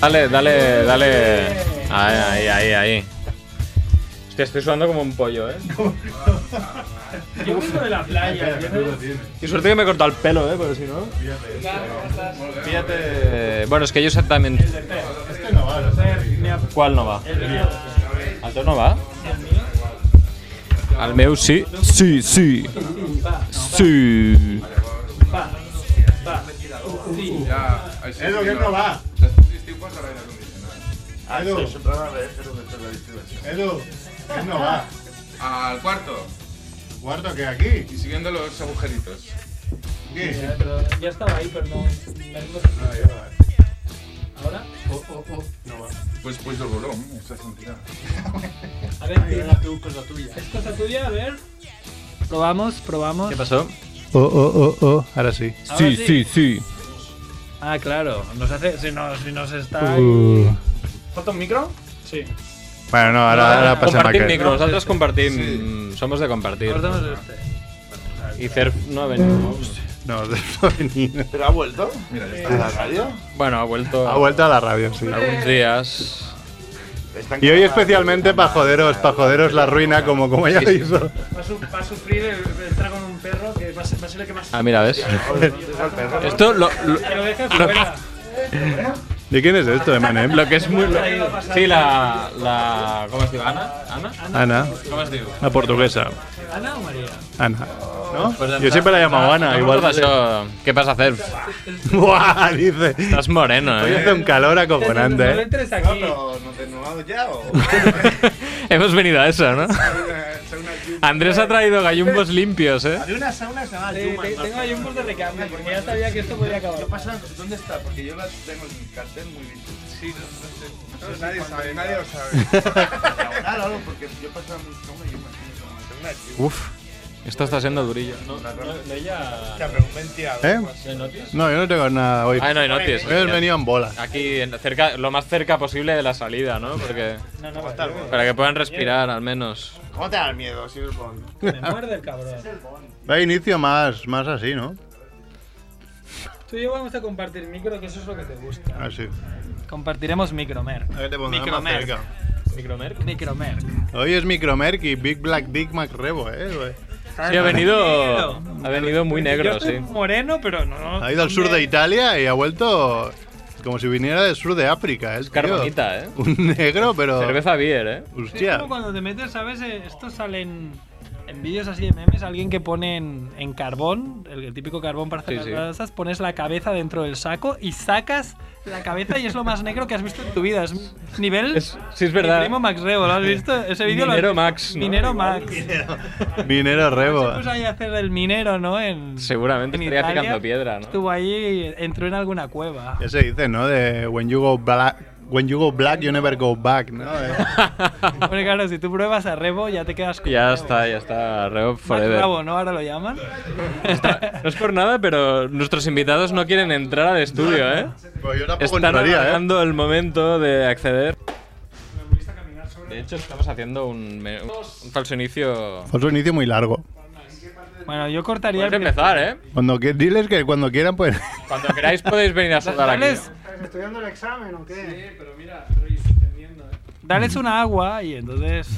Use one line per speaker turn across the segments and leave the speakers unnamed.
Dale, dale, dale. Ahí, ahí, ahí, ahí. Hostia, estoy sudando como un pollo, eh.
Yo vengo de la playa. yo no-
Y suerte que me he cortado el pelo, eh, pero si no. Fíjate. Bueno, es que yo exactamente.
Este no va, no
¿Cuál no va?
El mío.
¿Al teu no va?
El mío.
Al meu sí. Sí, sí. Sí.
Va. Va. Sí.
Es lo que no va. Edu, Edu, él no va.
Al cuarto.
Cuarto que aquí.
Y siguiendo los agujeritos.
Aquí.
Ya, pero ya estaba ahí, pero no. la misma-
No, ya va.
Ahora,
Oh, oh, oh. No va.
Pues, pues el bolón, esta cantidad.
a ver, tío,
Era tu cosa tuya.
es cosa tuya, a ver. Probamos, probamos.
¿Qué pasó?
Oh, oh, oh, oh. Ahora sí.
Ahora
Sí, sí, sí.
Ah, claro. Nos hace. Si nos, si nos está. ahí-
Uh.
¿Falta un micro?
Sí.
Bueno, no, ahora, ahora pasa
Compartim
Maquel.
micro, nosaltres compartim... Somos de compartir.
Cortamos este.
Y CERF no ha venido.
No, no venir.
¿Pero ha vuelto?
Mira, ya
¿A la radio?
Bueno, ha vuelto
Ha vuelto a la radio, sí.
algunos días.
Están
Y hoy
grabando.
especialmente para joderos, pa' joderos la ruina, como, como ya lo hizo.
Va a, su- va a sufrir el, el trago con un perro que va a ser, va a ser el que más.
Ah, mira, ¿ves?
Joder, ¿dónde está el perro?
Esto lo, lo-
Que lo dejes fuera.
¿De quién es esto, eh? de Manem?
lo que es muy...
Ha ido a pasar.
Sí, la... la com es diu? Anna? Anna?
Ana,
Com es diu?
la portuguesa.
¿Ana o Ah, María?
Ana. ¿No? Yo siempre la he llamado Ana,
No
igual.
recordo això. Què passa, CERF?
Buah, dice.
Estás moreno,
Hoy hace
eh?
un calor
No le
acojonante, eh.
entres
No,
aquí.
pero ¿no te he nublado ya o...?
Hemos venido a eso, ¿no? Andrés ha traído gallumbos limpios, ¿eh?
Había una sauna que se llamaba
Sí, te- tengo ahí un bus de recambio porque ya sabía que esto podía acabar.
pasa? ¿Dónde está? Porque yo la tengo en el cartel muy bien. Sí, no,
Pues
sé. nadie sabe, nadie lo sabe. Claro, no, porque yo pasaba muy sauna y yo me
Uf. Esto está siendo durillo. No,
pero un ventilador.
¿Eh? No, yo no tengo nada hoy.
Ah,
Hoy
no, y no tienes.
he venido en bola.
Aquí, en- cerca, lo más cerca posible de la salida, ¿no? Porque
No, no,
para que puedan respirar al menos.
¿Cómo te da el miedo si eres bon?
me muerde el cabrón.
Da inicio más, más así, ¿no?
Tú y yo vamos a compartir micro, que eso es lo que te gusta.
Así.
Compartiremos micromer.
Ah, A ver, te pondré más
Micromerc.
cerca.
Micromerc.
Micromer.
Hoy es Micromerc y Big Black Dick MacRebo, eh. güey.
Sí, ha venido, ha venido muy negro, sí.
moreno, pero no.
Ha ido al sur de Italia y ha vuelto como si viniera del sur de África, eh. el tío.
Carbonita, ¿eh?
Un negro, pero.
Cerveza Bier, ¿eh?
Es
Hostia.
como cuando te metes, ¿sabes? Eh, Estos salen en vídeos así de memes, alguien que pone en, en carbón, el, el típico carbón para hacer
Sí,
las
sí.
brasas, pones la cabeza dentro del saco y sacas la cabeza y es lo más negro que has visto en tu vida. Es nivel...
Es- sí, es
mi
verdad.
primo Max Rebo, ¿lo has visto? Ese vídeo lo has
Minero
visto.
Max, ¿no?
Minero
Igual.
Max.
Minero Rebo.
Se puso ahí a hacer el minero, ¿no? En,
Seguramente
en
estaría
Italia.
picando piedra, ¿no?
Estuvo ahí, entró en alguna cueva.
Ya se dice, ¿no? De when you go black, when you go black, you never go back, ¿no? Eh,
Porque claro, si tú pruebas a Rebo ya te quedas con
Ya
Rebo.
está, ya está. Reo
Max
forever.
Rebo, ¿no? Ahora lo llaman.
Está- No es por nada, pero nuestros invitados no quieren entrar al estudio, ¿eh?
Pues yo tampoco
Están
entraría, ¿eh?
alargando el momento de acceder. De hecho, estamos haciendo un, me- un falso inicio.
Fue un inicio muy largo.
Bueno, yo cortaría...
Podéis
el pri-
empezar, ¿eh?
Cuando que, diles que cuando quieran, pues.
Cuando queráis podéis venir a sudar aquí.
Dales,
¿Estudiando el examen o qué?
dales una agua y entonces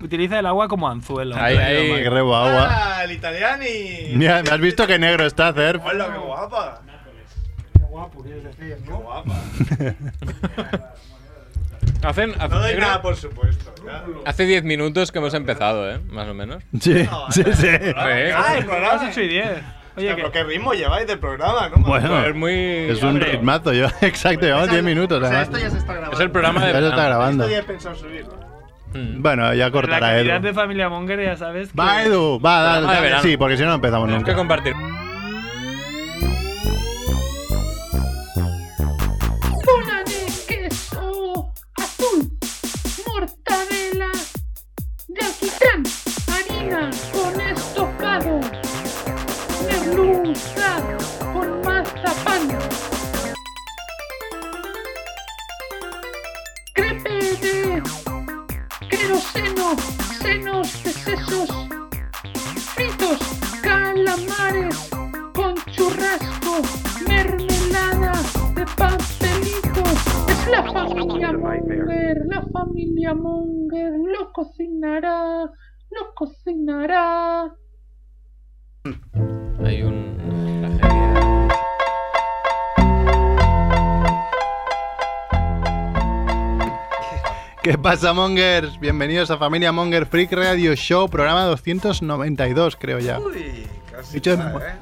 utiliza el agua como anzuelo.
Ahí, ahí.
MacRebo, agua.
¡Ah, el italiani!
Mira, ¿me has visto qué negro está, Cerf?
¡Hola, qué guapa!
Qué guapo, quieres decir,
¡Qué
¿no?
guapa!
Hacen, hace-
No doy
yo creo-
nada, por supuesto. claro. Ah,
hace 10 minutos que hemos empezado, ¿eh? Más o menos.
Sí, sí, sí.
Eh,
¡Ah, el
Las
programa!
8 y 10. Oye,
Oye, pero
que,
qué ritmo lleváis del programa, ¿no?
Bueno,
Es muy.
es un ritmazo, yo. Exacto, llevamos 10 minutos,
O sea,
además.
esto ya se está grabando.
Es el programa
Ya
de.
se está
verano.
grabando.
Esto ya he pensado subirlo.
Mm.
Bueno, ya
la
cortará
calidad de
Edu.
familia Monger, ya sabes. que-
Va, Edu, va, dale,
Programa de
dale,
verano.
Sí, porque si no, no empezamos
Tenemos que
nunca.
compartir.
Bola de queso azul, mortadela de alquitrán, harina con estofados, merluza con mazapán, crepe de queroseno, senos de sesos, fritos, calamares con churrasco, mermelada de el pastelito. Es la familia Munger, la familia Munger lo cocinará, lo cocinará.
Hay un. tragedia.
¿Qué pasa, Mongers? Bienvenidos a Familia Monger Freak Radio Show, programa 292, creo ya.
Uy, casi.
Dicho es-
nada, ¿eh?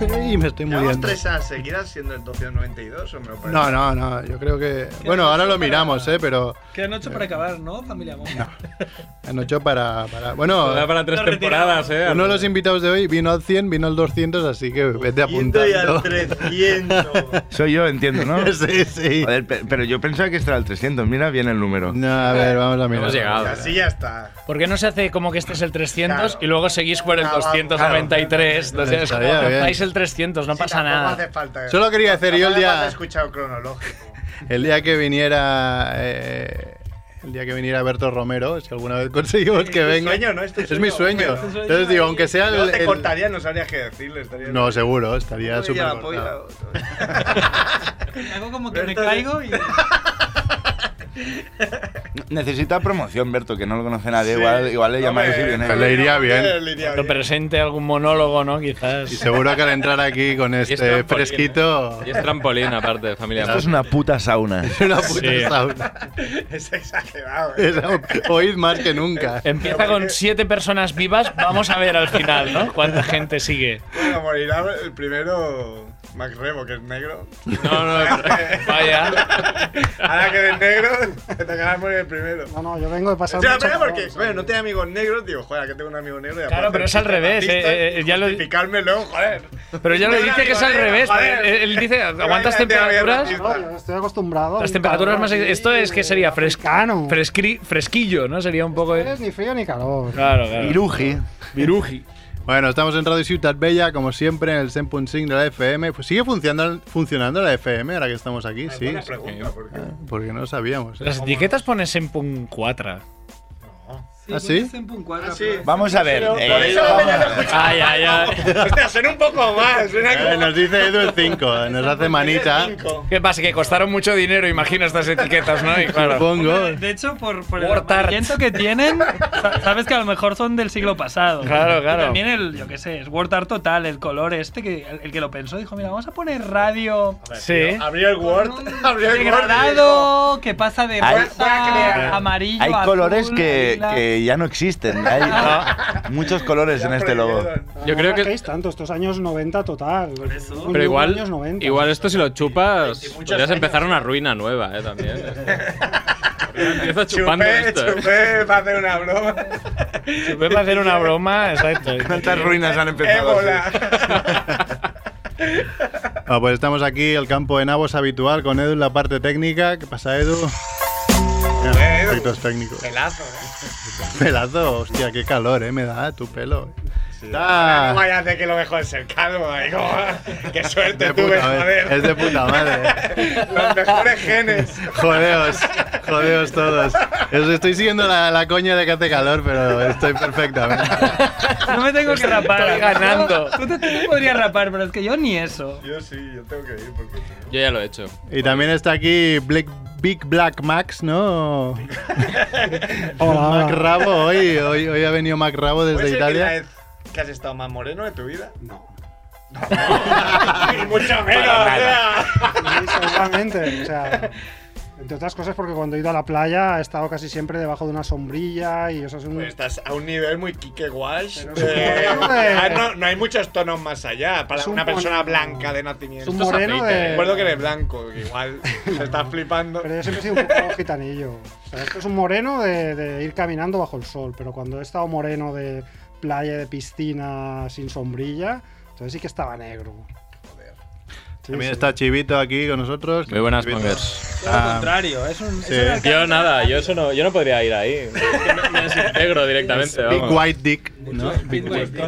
y me estoy
Llevamos
muriendo.
tres a seguir siendo el 292 o me lo parece.
No, no, no, yo creo que... Bueno,
nos
ahora lo
para-
miramos, ¿eh? Pero
Quedan ocho para acabar, ¿no, familia Monger?
anoche para... para... Bueno,
Da para tres
Lo retiramos.
temporadas, eh.
uno de los invitados de hoy vino al 100, vino al 200, así que vete
Yendo ya al
apuntando.
300.
Soy yo, entiendo, ¿no?
sí, sí.
Joder, pe- pero yo pensaba que este era el 300. Mira bien el número.
No, a ver, vamos a mirar.
Hemos llegado.
Así ya está.
¿Por qué no se hace como que este es el 300
Claro.
y luego seguís por el
Claro,
293?
claro.
Entonces, como
Estaría bien.
rozáis el 300, no
Sí,
pasa
tampoco
nada.
hace falta-
Solo quería hacer yo el
tampoco
día-
has escuchado cronológico.
El día que viniera. eh, el día que viniera Berto Romero, si alguna vez conseguimos que
tu
venga.
sueño, ¿no? Es tu
mi
sueño.
sueño.
Es tu sueño
Entonces digo, aunque sea
No
el.
te
el-
cortaría, no sabrías qué decirle. Estaría
No, seguro, estaría
Oye,
súper.
la
cortado.
polla.
Hago como que
Pero
me
entonces-
caigo y.
Necesita promoción, Berto, que no lo conoce nadie.
Sí.
Igual, igual le
Hombre,
llamáis y
Pues
viene.
le iría bien.
Eh, le iría
Pero
bien.
presente algún monólogo, ¿no?
Y
Quizás.
seguro que al entrar aquí con
es
este
trampolín,
fresquito.
Y es trampolín, aparte, de familia.
Esto es una puta sauna.
Una puta
Sí.
sauna.
Es exagerado. eh.
Es- Oíd más que nunca.
Empieza con siete personas vivas, vamos a ver al final, ¿no? ¿Cuánta gente sigue?
Bueno, morirá el primero Max Rebo, que es negro.
No, no,
Vaya.
Ahora que eres negro, te acabas morir el primero.
No, no, yo vengo de pasar.
O sea,
mucho
pero
calor,
porque,
o sea,
bueno, no tenía amigos negros, digo, joder, que tengo un amigo negro. Y
Claro,
aparte
pero es al
soy
revés,
racista,
eh, eh, ya lo-
justificarme luego, joder.
Pero ya lo
Tengo un
dice que es
amigo
al
negro,
revés. eh,
joder.
Él él dice, ¿aguantas
Pero ya te había
temperaturas?
recibido.
no, yo estoy acostumbrado. a
Las
un
temperaturas
calor
más.
aquí,
Esto es que sería
africano.
frescano. Fresquillo, ¿no? Sería un poco.
No es
de-
ni frío ni calor.
Claro,
Ah.
claro.
Viruji.
Viruji.
Bueno, estamos en Radio Ciutat Bella, como siempre, en el 100.5 de la FM. Pues sigue funcionando, funcionando la FM ahora que estamos aquí, sí. Ah,
Ah, Buena pregunta, porque...
Porque no lo sabíamos. ¿eh?
Las etiquetas pones en pun 4.
¿Ah, sí?
pones en pun cuatro,
Ah, sí.
pero-
Vamos a ver. eh,
Por eso
vamos
me
a
lo
ver.
Ay, ay, ay.
Hostia, suena un poco más. Suena
Eh,
como...
nos dice Edu el 5, nos hace manita.
Cinco.
¿Qué pasa? Que costaron mucho dinero, imagino, estas etiquetas, ¿no? Y claro.
Supongo.
De hecho, por, por el
War Tart.
amarillento que tienen, sa- sabes que a lo mejor son del siglo pasado.
Claro,
Y
claro.
también el, yo qué sé, es War Art total, el color este, que el, el que lo pensó dijo, mira, vamos a poner radio
Sí.
Abrió el Word. Abrió el Word.
degradado, que pasa de
Hay-
rosa,
crear.
amarillo,
Hay
azul,
colores que,
lila.
que ya no existen. Hay muchos colores en este logo.
Yo
No
creo que-
bajéis tanto, estos años 90 total. Unos
Pero igual,
años 90.
igual esto si lo chupas, podrías empezar una ruina nueva, eh, también. Empieza chupando
Chupé,
esto. eh.
chupé, para hacer una broma.
Si puedes hacer una broma, exacto.
¿Cuántas ruinas han empezado? así?
Ébola.
Ah, pues estamos aquí, el campo de nabos habitual, con Edu en la parte técnica. ¿Qué pasa, Edu?
Eh, Edu.
Efectos técnicos.
Pelazo, eh.
Pelazo, hostia, qué calor, eh, me da tu pelo.
No
Está...
vayas de que lo mejor es ser calvo. eh, como- Qué suerte
De
tuve,
puta madre,
joder.
es de puta madre. eh.
Los mejores genes.
Jodeos, jodeos todos. Os estoy siguiendo la, la coña de que hace calor, pero estoy perfectamente.
No me tengo que rapar.
Estoy ganando.
Tú te, tú te podrías rapar, pero es que yo ni eso.
Yo sí, yo tengo que ir porque.
Yo ya lo he hecho.
Y también está aquí Black- Big Black Max, ¿no?
Hola,
Mac
hola.
Rabo hoy, hoy, hoy ha venido Mac Rabo
¿Puede
Pues
desde
ser Que, la
Italia.
vez que has estado más moreno de tu vida?
No.
Ni mucho menos. o sea.
Sí, seguramente. O sea, entre otras cosas porque cuando he ido a la playa he estado casi siempre debajo de una sombrilla y eso es un...
Pues estás a un nivel muy Kike Walsh.
Pero es un
de-
moreno,
Ah,
eh.
no, no hay muchos tonos más allá. Para
Es un
una persona
moreno.
blanca de
es
nacimiento.
un
esto es
moreno
aceite,
de...
eh.
Recuerdo que eres blanco, que igual se está flipando.
Pero yo siempre he sido un poco gitanillo. O sea, esto es un moreno de, de ir caminando bajo el sol, pero cuando he estado moreno de playa, de piscina, sin sombrilla, entonces sí que estaba negro. Sí,
También
sí.
está Chivito aquí con nosotros.
Muy buenas,
Chivito. Ah,
Mongers.
Todo lo contrario, es un.
Sí.
Yo nada, yo eso no, yo no podría ir ahí. Me, me desintegro directamente,
Big
vamos.
White Dick. ¿no?
Big White.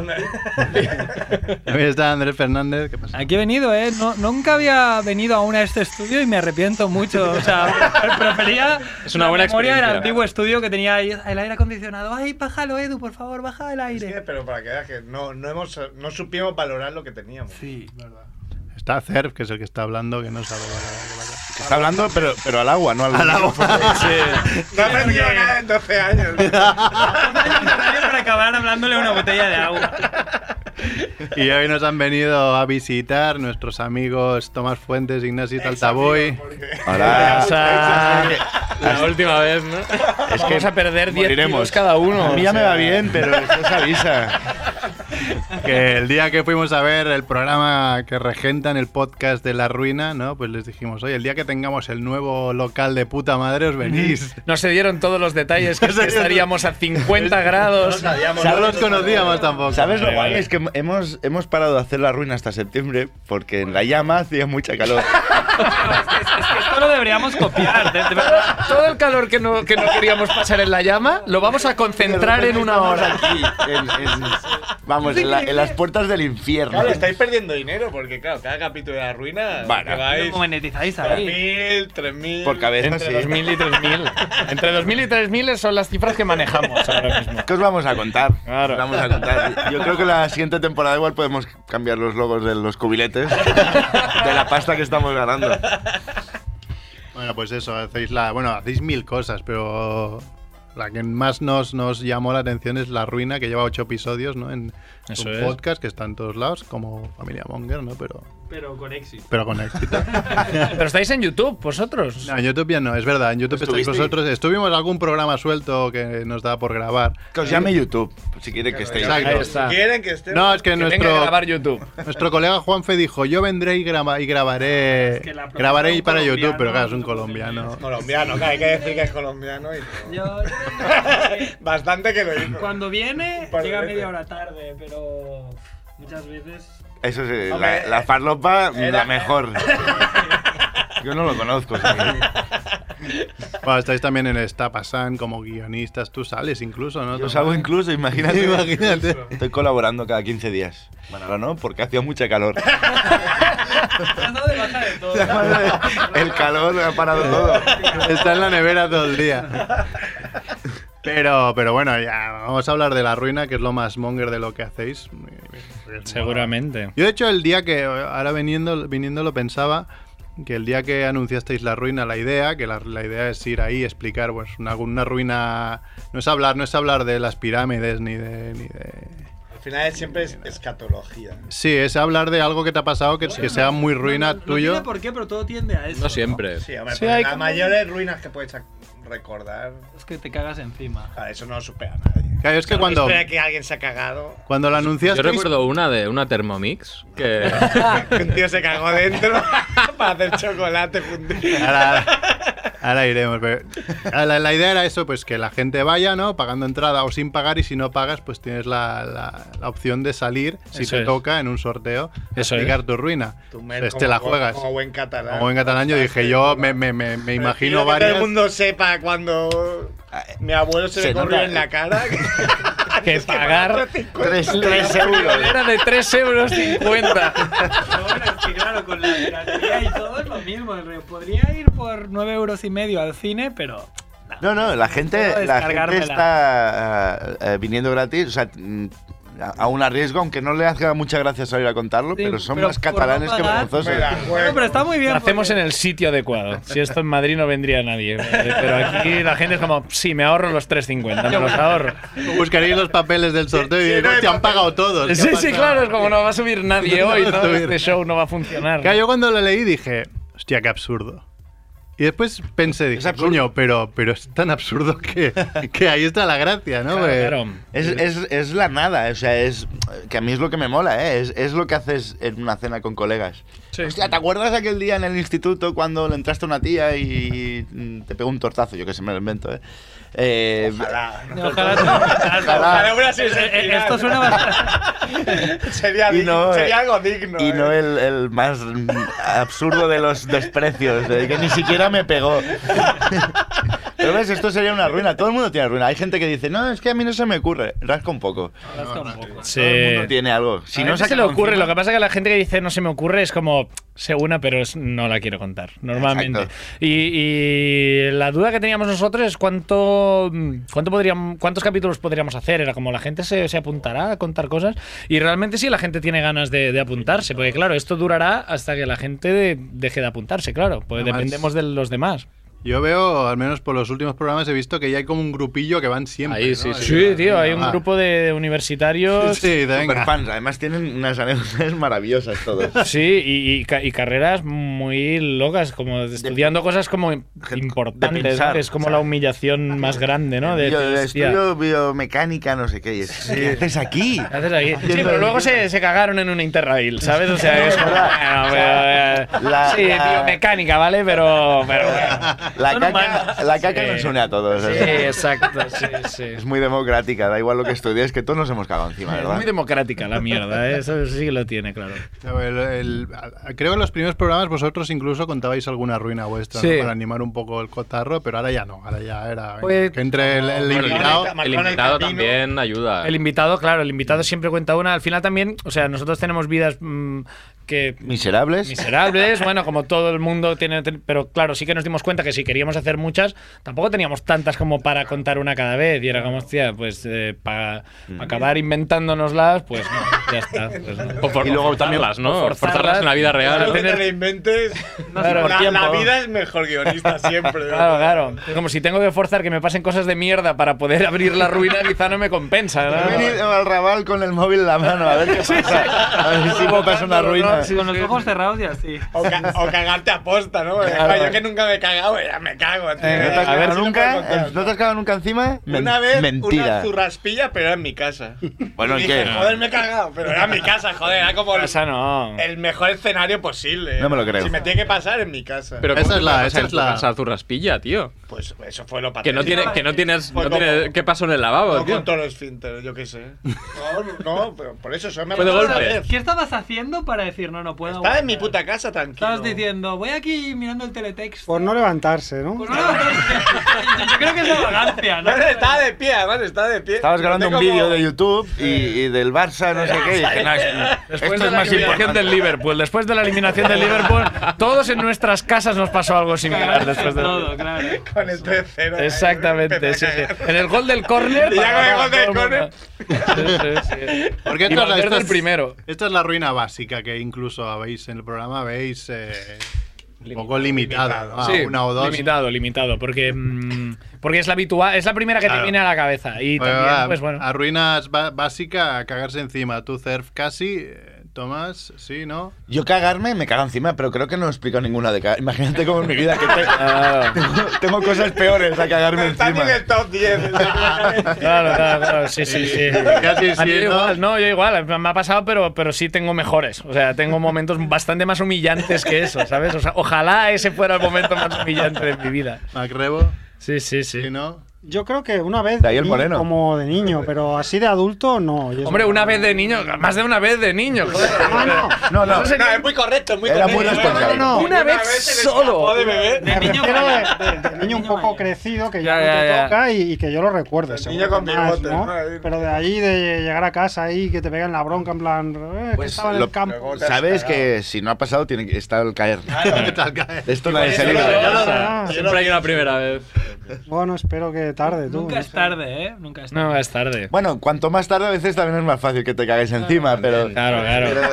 También está Andrés Fernández. ¿Qué pasa?
Aquí he venido, ¿eh? No- nunca había venido aún a este estudio y me arrepiento mucho. O sea, prefería
Es una
la
buena
memoria del
experiencia.
antiguo estudio que tenía ahí el aire acondicionado. ¡Ay, bájalo, Edu, por favor, baja el
Es que,
aire!
pero para que veas que no, no, hemos, no supimos valorar lo que teníamos.
Sí, verdad.
está Cerf, que es el que está hablando, que no sabe. lo que-
Está hablando, pero, pero al agua, no al,
Al agua.
No ha aprendido nada en 12 años.
para acabar hablándole una botella de agua.
Y hoy nos han venido a visitar nuestros amigos Tomás Fuentes, Ignacio Taltaboy.
Hola.
O sea,
La última vez, ¿no?
Es que
vamos a perder 10
moriremos.
kilos cada uno.
A mí ya
o
me
sea.
va bien, pero esto se avisa.
Que el día que fuimos a ver el programa que regentan el podcast de La Ruina, ¿no? Pues les dijimos, oye, el día que tengamos el nuevo local de puta madre, os venís.
No se dieron todos los detalles, que es que estaríamos a 50 grados.
No los conocíamos tampoco.
¿Sabes lo
Vale,
guay?
vale.
Es que hemos, hemos parado de hacer la ruina hasta septiembre porque en la llama hacía mucha calor.
Esto lo deberíamos copiar, de- de verdad.
Todo el calor que no, que no queríamos pasar en la llama lo vamos a concentrar en una hora.
Aquí, en- en- vamos, en, la- en las puertas del infierno.
Claro, estáis perdiendo dinero porque, claro, cada capítulo de la ruina
Vale.
lleváis
Lo monetizáis ahí.
3.000, 3.000.
Por cabeza,
Entre
sí.
2.000 y 3.000. Entre 2.000 y 3.000 son las cifras que manejamos ahora mismo.
¿Qué os vamos a contar?
Claro.
Os vamos a contar. Yo creo que la siguiente temporada igual podemos cambiar los logos de los cubiletes de la pasta que estamos ganando.
Bueno, pues eso, hacéis la. Bueno, hacéis mil cosas, pero la que más nos, nos llamó la atención es La Ruina, que lleva ocho episodios, ¿no? En
Eso
un
es.
podcast que está en todos lados, como Familia Monger, ¿no? Pero,
Pero con éxito.
pero con éxito.
Pero estáis en YouTube, vosotros.
No, en YouTube ya no, es verdad, en YouTube estáis
¿Estuvisteis?
vosotros. Estuvimos algún programa suelto que nos daba por grabar.
Que os llame YouTube, si quiere que estéis.
Exacto.
Ahí está.
¿Quieren que esté?
No, es que,
Que venga a
nuestro,
grabar YouTube.
nuestro colega Juanfe dijo, yo vendré y, graba- y grabaré,
Ah, que la
grabaré
propuesta
y para
de un
YouTube, pero
colombiano
claro, es un
no se puede tener.
colombiano.
Colombiano, que hay que decir que es colombiano y todo.
Yo,
Bastante que lo hizo.
cuando viene,
par de
llega
veces.
media hora tarde, pero muchas veces.
Eso sí,
Hombre,
la, la farlopa,
era-
la mejor. Yo no lo conozco. sí.
Bueno, estáis también en Estapasan como guionistas, tú sales incluso, ¿no?
Yo
Tomás?
salgo incluso, imagínate.
Imagínate.
Estoy colaborando cada 15 días. Bueno, ahora no, porque hacía mucha calor.
Has dado de baja de todo.
El calor ha parado todo.
Está en la nevera todo el día. Pero, pero bueno, ya vamos a hablar de la ruina, que es lo más monger de lo que hacéis.
Seguramente.
Yo, de hecho, el día que, ahora viniendo, viniendo lo pensaba, que el día que anunciasteis la ruina, la idea, que la, la idea es ir ahí y explicar, pues, una, una ruina... No es hablar, no es hablar de las pirámides ni de... Ni de...
Al final es- siempre es escatología.
Sí, es hablar de algo que te ha pasado que, que sea muy ruina
No
tuyo.
tiene por qué, pero todo tiende a eso.
No siempre.
Sí, hombre,
Sí,
porque
hay
las
como-
mayores ruinas que puedes ac- recordar,
Es que te cagas encima.
claro, eso no lo supera a nadie.
Claro, es que cuando,
Espera que alguien se ha cagado,
cuando lo
Yo
anunciasteis...
recuerdo una de una Thermomix que.
que un tío se cagó dentro para hacer chocolate fundido.
Ahora, ahora- ahora iremos. pero- ahora la, la idea era eso, pues que la gente vaya, ¿no? Pagando entrada o sin pagar y si no pagas, pues tienes la, la- la opción de salir si
Eso
te
es.
toca en un sorteo
Eso
explicar tu ruina.
Tu
Pues
men
te la
bu-
juegas.
Como
Como
buen catalán.
en catalán yo dije, yo me, me- me- me
Prefiero
imagino
que
varias...
Todo el mundo sepa cuando mi abuelo se,
Se
le corrió
nota.
en la cara.
Que pagar
Tres, tres euros.
era de 3 euros 50.
Pero bueno, es que claro, con la piratería y todo es lo mismo. el reo. Podría ir por 9 euros y medio al cine, pero.
No, no, la
Puedo
gente, la gente
descargármela.
está eh, eh, viniendo gratis. O sea, mm, a- aún a riesgo, aunque no le haga mucha gracia salir a contarlo,
Sí,
pero son
pero
más
por no
catalanes que
pagar-
vergonzosos.
Me la
No,
juego.
pero está muy bien.
Lo hacemos en
porque-
el sitio adecuado. Si esto en Madrid no vendría nadie. Pero aquí la gente es como, sí, me ahorro los 3.50, me los ahorro.
Buscaréis los papeles del sorteo y
sí, no hay
diréis, te han pagado todos. ¿qué
Pues
ha
Sí, sí,
pasado?".
claro, es como no va a subir nadie
No va a
hoy, ¿no?
subir.
Este show no va a funcionar.
Claro, yo cuando lo leí dije, hostia, qué absurdo. Y después pensé, dije, coño, pero, pero es tan absurdo que, que ahí está la gracia, ¿no?
Claro,
Eh,
claro.
Es, es- es la nada, o sea, es que a mí es lo que me mola, ¿eh? es, es lo que haces en una cena con colegas. Hostia, ¿te acuerdas aquel día en el instituto cuando le entraste a una tía y mm, te pegó un tortazo? Yo que se me lo invento, ¿eh? Eh,
Ojalá.
Ojalá.
hubiera sido
Eh, eh,
sensacional.
Esto suena bastante.
sería,
Y
digno,
no,
sería
eh,
algo digno.
Y no
eh.
el, el más mm, absurdo de los desprecios, de que ni siquiera me pegó. Pero ves, esto sería una ruina. Todo el mundo tiene ruina. Hay gente que dice, no, es que a mí no se me ocurre. Rasca un poco.
Sí.
Todo el mundo tiene algo. Si
Eh, a
no
veces se le ocurre, lo que pasa es que la gente que dice no se me ocurre es como se una, pero es- no la quiero contar, normalmente. Y, y la duda que teníamos nosotros es cuánto, cuánto podríamos, cuántos capítulos podríamos hacer. Era como la gente se, se apuntará a contar cosas. Y realmente sí, la gente tiene ganas de, de apuntarse, porque claro, esto durará hasta que la gente de- deje de apuntarse, claro. Pues
Además-
dependemos de los demás.
Yo veo, al menos por los últimos programas, he visto que ya hay como un grupillo que van siempre.
Ahí,
¿no?
sí,
Así,
sí, tío, hay un
ah,
grupo de universitarios.
Sí, de venga.
Superfans. Además tienen unas anécdotas maravillosas todos.
Sí, y, y ca- y carreras muy locas, como estudiando cosas como importantes,
de pensar,
¿no? Que es como la humillación más grande, ¿no? De,
Bio-
decir, hostia,
estudio biomecánica, no sé qué. y es, ¿Qué haces aquí?
¿qué haces aquí? Sí, pero luego se, se cagaron en un Interrail, ¿sabes? O sea, es como, bueno, pero, eh,
La-
sí,
la-
biomecánica, ¿vale? Pero, pero bueno.
La
Son
caca,
humanos.
la caca
Sí.
nos une a todos. o
Sí,
sea,
exacto, sí, sí.
Es muy democrática, da igual lo que estudies, que todos nos hemos cagado encima,
Es
¿verdad?
muy democrática la mierda, ¿eh? eso sí que lo tiene, claro.
a ver, el- a- creo que en los primeros programas vosotros incluso contabais alguna ruina vuestra ¿no?
Sí.
para animar un poco el cotarro, pero ahora ya no, ahora ya era venga,
Pues-
que entre el, el
Bueno,
invitado.
El invitado también ayuda.
El invitado, claro, el invitado siempre cuenta una. Al final también, o sea, nosotros tenemos vidas mm, que
Miserables.
miserables, bueno, como todo el mundo tiene, ten- pero claro, sí que nos dimos cuenta que si queríamos hacer muchas, tampoco teníamos tantas como para contar una cada vez y era como, hostia, pues para
Mm.
acabar inventándonoslas, pues no, ya está. pues no.
O for-
Y luego
o forzarlas, ¿no? Forzarlas, en la vida real.
Ahora que te la inventes.
sé, por
la,
tiempo.
la vida es mejor guionista siempre.
Claro, claro. Es Como si tengo que forzar que me pasen cosas de mierda para poder abrir la ruina, quizá no me compensa. ¿no?
He venido al rabal con el móvil en la mano, a ver qué pasa. A ver si me pasa una
Ah,
ruina.
Sí, con los ojos cerrados y así.
O, ca- o cagarte a posta, ¿no? Yo que nunca me he cagado, ya me cago, tío.
¿No te has
A ver
cagado
si lo puedo
nunca? eh,
contar.
¿No te has cagado nunca encima? eh. Men-
Una vez,
Mentira.
una zurraspilla, pero era en mi casa.
Bueno, ¿y
Dije,
qué?
joder, me he cagado, pero era en mi casa, joder, era como el,
Esa no.
el mejor escenario posible.
No me lo creo.
Si me tiene que pasar, en mi casa.
Pero
Esa
¿cómo
es la-
te vas a
esa es la-
pasar tu raspilla, tío.
pues eso fue lo
Que
patético.
no, tiene, que no tienes.
Pues
No tienes
como-
¿Qué pasó en el lavabo,
No
tío?
con todos los finteros, yo qué sé. No, no, pero por eso eso me
Fue de
lo-
golpe.
¿Qué estabas haciendo para decir no, no puedo?
Estaba
aguantar"?
en mi puta casa, tranquilo.
Estabas diciendo, voy aquí mirando el teletexto.
Por no levantarse, ¿no?
Pues no, no, no, Yo creo que es la vagancia, ¿no?
No, no, estaba de pie, además, estaba de pie.
Estabas grabando un
Tengo
vídeo
como- Eh.
de YouTube y, y del Barça, no sé qué. y dije, no, es-
Después
esto
de
es
la
más
eliminación
importante.
del Liverpool, después de la eliminación del Liverpool, todos en nuestras casas nos pasó algo similar después de
Todo, claro.
Con el 3-0.
Exactamente, sí, sí. En el gol del córner.
Y ya con el
pagaba
gol del
todo mundo. Sí, sí, sí.
Porque esto
Y
es la-
Valverde
esto
el
es-
primero.
Esta es la ruina básica que incluso habéis en el programa, veis eh, un poco limitada, ¿no? A
Sí,
Ah, una o dos.
Limitado, limitado. Porque, mm, porque es la habitual, es la primera que te
Claro.
viene a la cabeza. Y
Bueno,
también,
va,
pues bueno.
A ruinas ba- básica, a cagarse encima. Tú, Cerf, casi. eh, Tomás, sí, ¿no?
Yo cagarme me cago encima, pero creo que no he explicado ninguna de cagar. Imagínate cómo en mi vida que te- tengo, tengo cosas peores a cagarme
Está
encima.
en el top 10.
Claro, claro, claro, sí, sí, sí.
Casi
A mí
Eh, sí, ¿no?
igual, no, yo igual, me ha pasado, pero, pero sí tengo mejores. O sea, tengo momentos bastante más humillantes que eso, ¿sabes? O sea, ojalá ese fuera el momento más humillante de mi vida.
Macrebo,
Sí, sí, sí.
sí, ¿no?
Yo creo que una vez
De ahí el
vi
moreno.
como de niño, pero así de adulto no. Y es
Hombre,
verdad.
una vez de niño, más de una vez de niño, joder.
No, no.
Eso sería-
es muy correcto, muy
Era
correcto.
muy responsable.
No, no,
Una vez solo.
de bebé.
Me
De niño
refiero
mayor.
de- de- de niño un
niño
poco
mayor.
crecido que ya,
Ya,
no
ya,
te
ya.
toca y, y que yo lo recuerde.
El
seguro
niño con
que más,
bigote,
¿no?
¿no? Ahí.
Pero de ahí de llegar a casa ahí que te pegan la bronca en plan, eh, que
Pues
estaba en
lo-
el campo.
Sabes que si no ha pasado, tiene que estar al caer.
eh,
De esto nadie se
Yo
libra.
lo-
Ah,
Siempre hay una primera vez.
bueno, espero que tarde tú.
Nunca
no
es
sé.
tarde, ¿eh? Nunca es tarde.
No, es tarde.
Bueno, cuanto más tarde, a veces también es más fácil que te cagues encima, pero.
Claro, claro.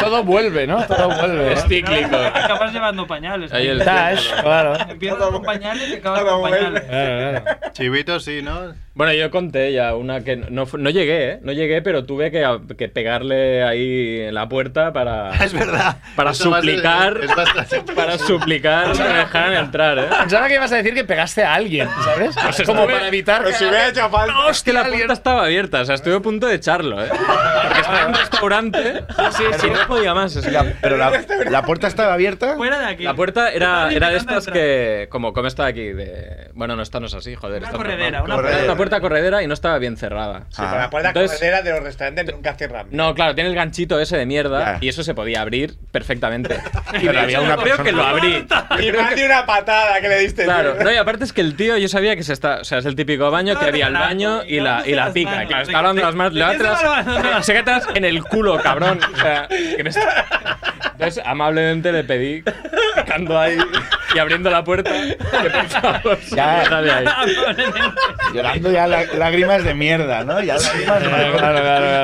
Todo vuelve, ¿no? Todo vuelve.
Es cíclico.
Acabas llevando pañales.
Ahí
tío.
el-
Dash, claro.
Empiezas con pañales y acabas
Ahora
con
vuelve.
pañales.
Claro, claro.
Chivito, sí, ¿no?
Bueno, yo conté ya una que no, fu- no llegué, ¿eh? No llegué, pero tuve que, que pegarle ahí en la puerta para.
Es verdad.
Para
Eso va a ser-
suplicar.
es bastante-
Para suplicar que me dejaran entrar, ¿eh?
Pensaba que ibas a decir que pegaste a alguien, ¿sabes?
Pues
Como para evitar
Pero si hubiera hecho falta.
Es que la puerta estaba abierta, o sea, estuve a punto de echarlo, ¿eh? Porque estaba en un restaurante y no podía más. o sea,
La- pero la, la puerta estaba abierta.
Fuera de aquí.
La puerta era,
Estaba
era de
intentando
estas
entrar.
que. Como, como está aquí? De, bueno, no, esta no es así, joder.
Una
esta es
corredera,
normal. Una
una
corredera.
puerta corredera y no estaba bien cerrada. Ah.
Sí, con
Ah.
la puerta
Entonces-
corredera de los restaurantes nunca cierran.
No, claro, tiene el ganchito ese de mierda
Ya.
y eso se podía abrir perfectamente. Y
Pero
de
había
hecho,
una
yo creo que lo abrí.
Y más de una patada que le diste.
Claro,
tío.
no, y aparte es que el tío, yo sabía que se está. O sea, es el típico baño que había el baño y la, y la pica. Claro, está hablando de las manos. Le
¿De qué
atrás.
estaba hablando?
Se que atrás en el culo, cabrón. O sea, que no está- Entonces, amablemente le pedí, picando ahí y abriendo la puerta, que por favor,
Ya.
saliera de ahí.
Ah,
Llorando ya lá- lágrimas de mierda, ¿no? Ya lágrimas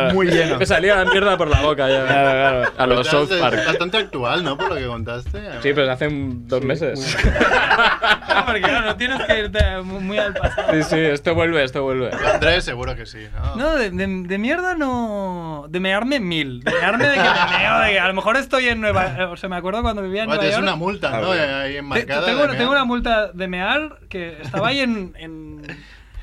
de- Muy lleno.
Me salía la mierda por la boca ya. A los
Pero es-
South Park.
Es bastante actual, ¿no? Por lo que contaste.
Sí, pero hace un- dos meses.
No, porque claro, no tienes que irte muy muy al pasado.
Sí, sí, esto vuelve, esto vuelve.
Andrés seguro que sí, ¿no?
No, de, de- de mierda no. De mearme mil. De mearme de que me meo, de que a lo mejor estoy en Nueva eh, O sea, me acuerdo cuando vivía en
Bueno, tienes
Nueva York.
una multa, ¿no? Ahí
Te-
enmarcada.
tengo,
de
una,
mear.
tengo una multa de mear que estaba ahí en, en,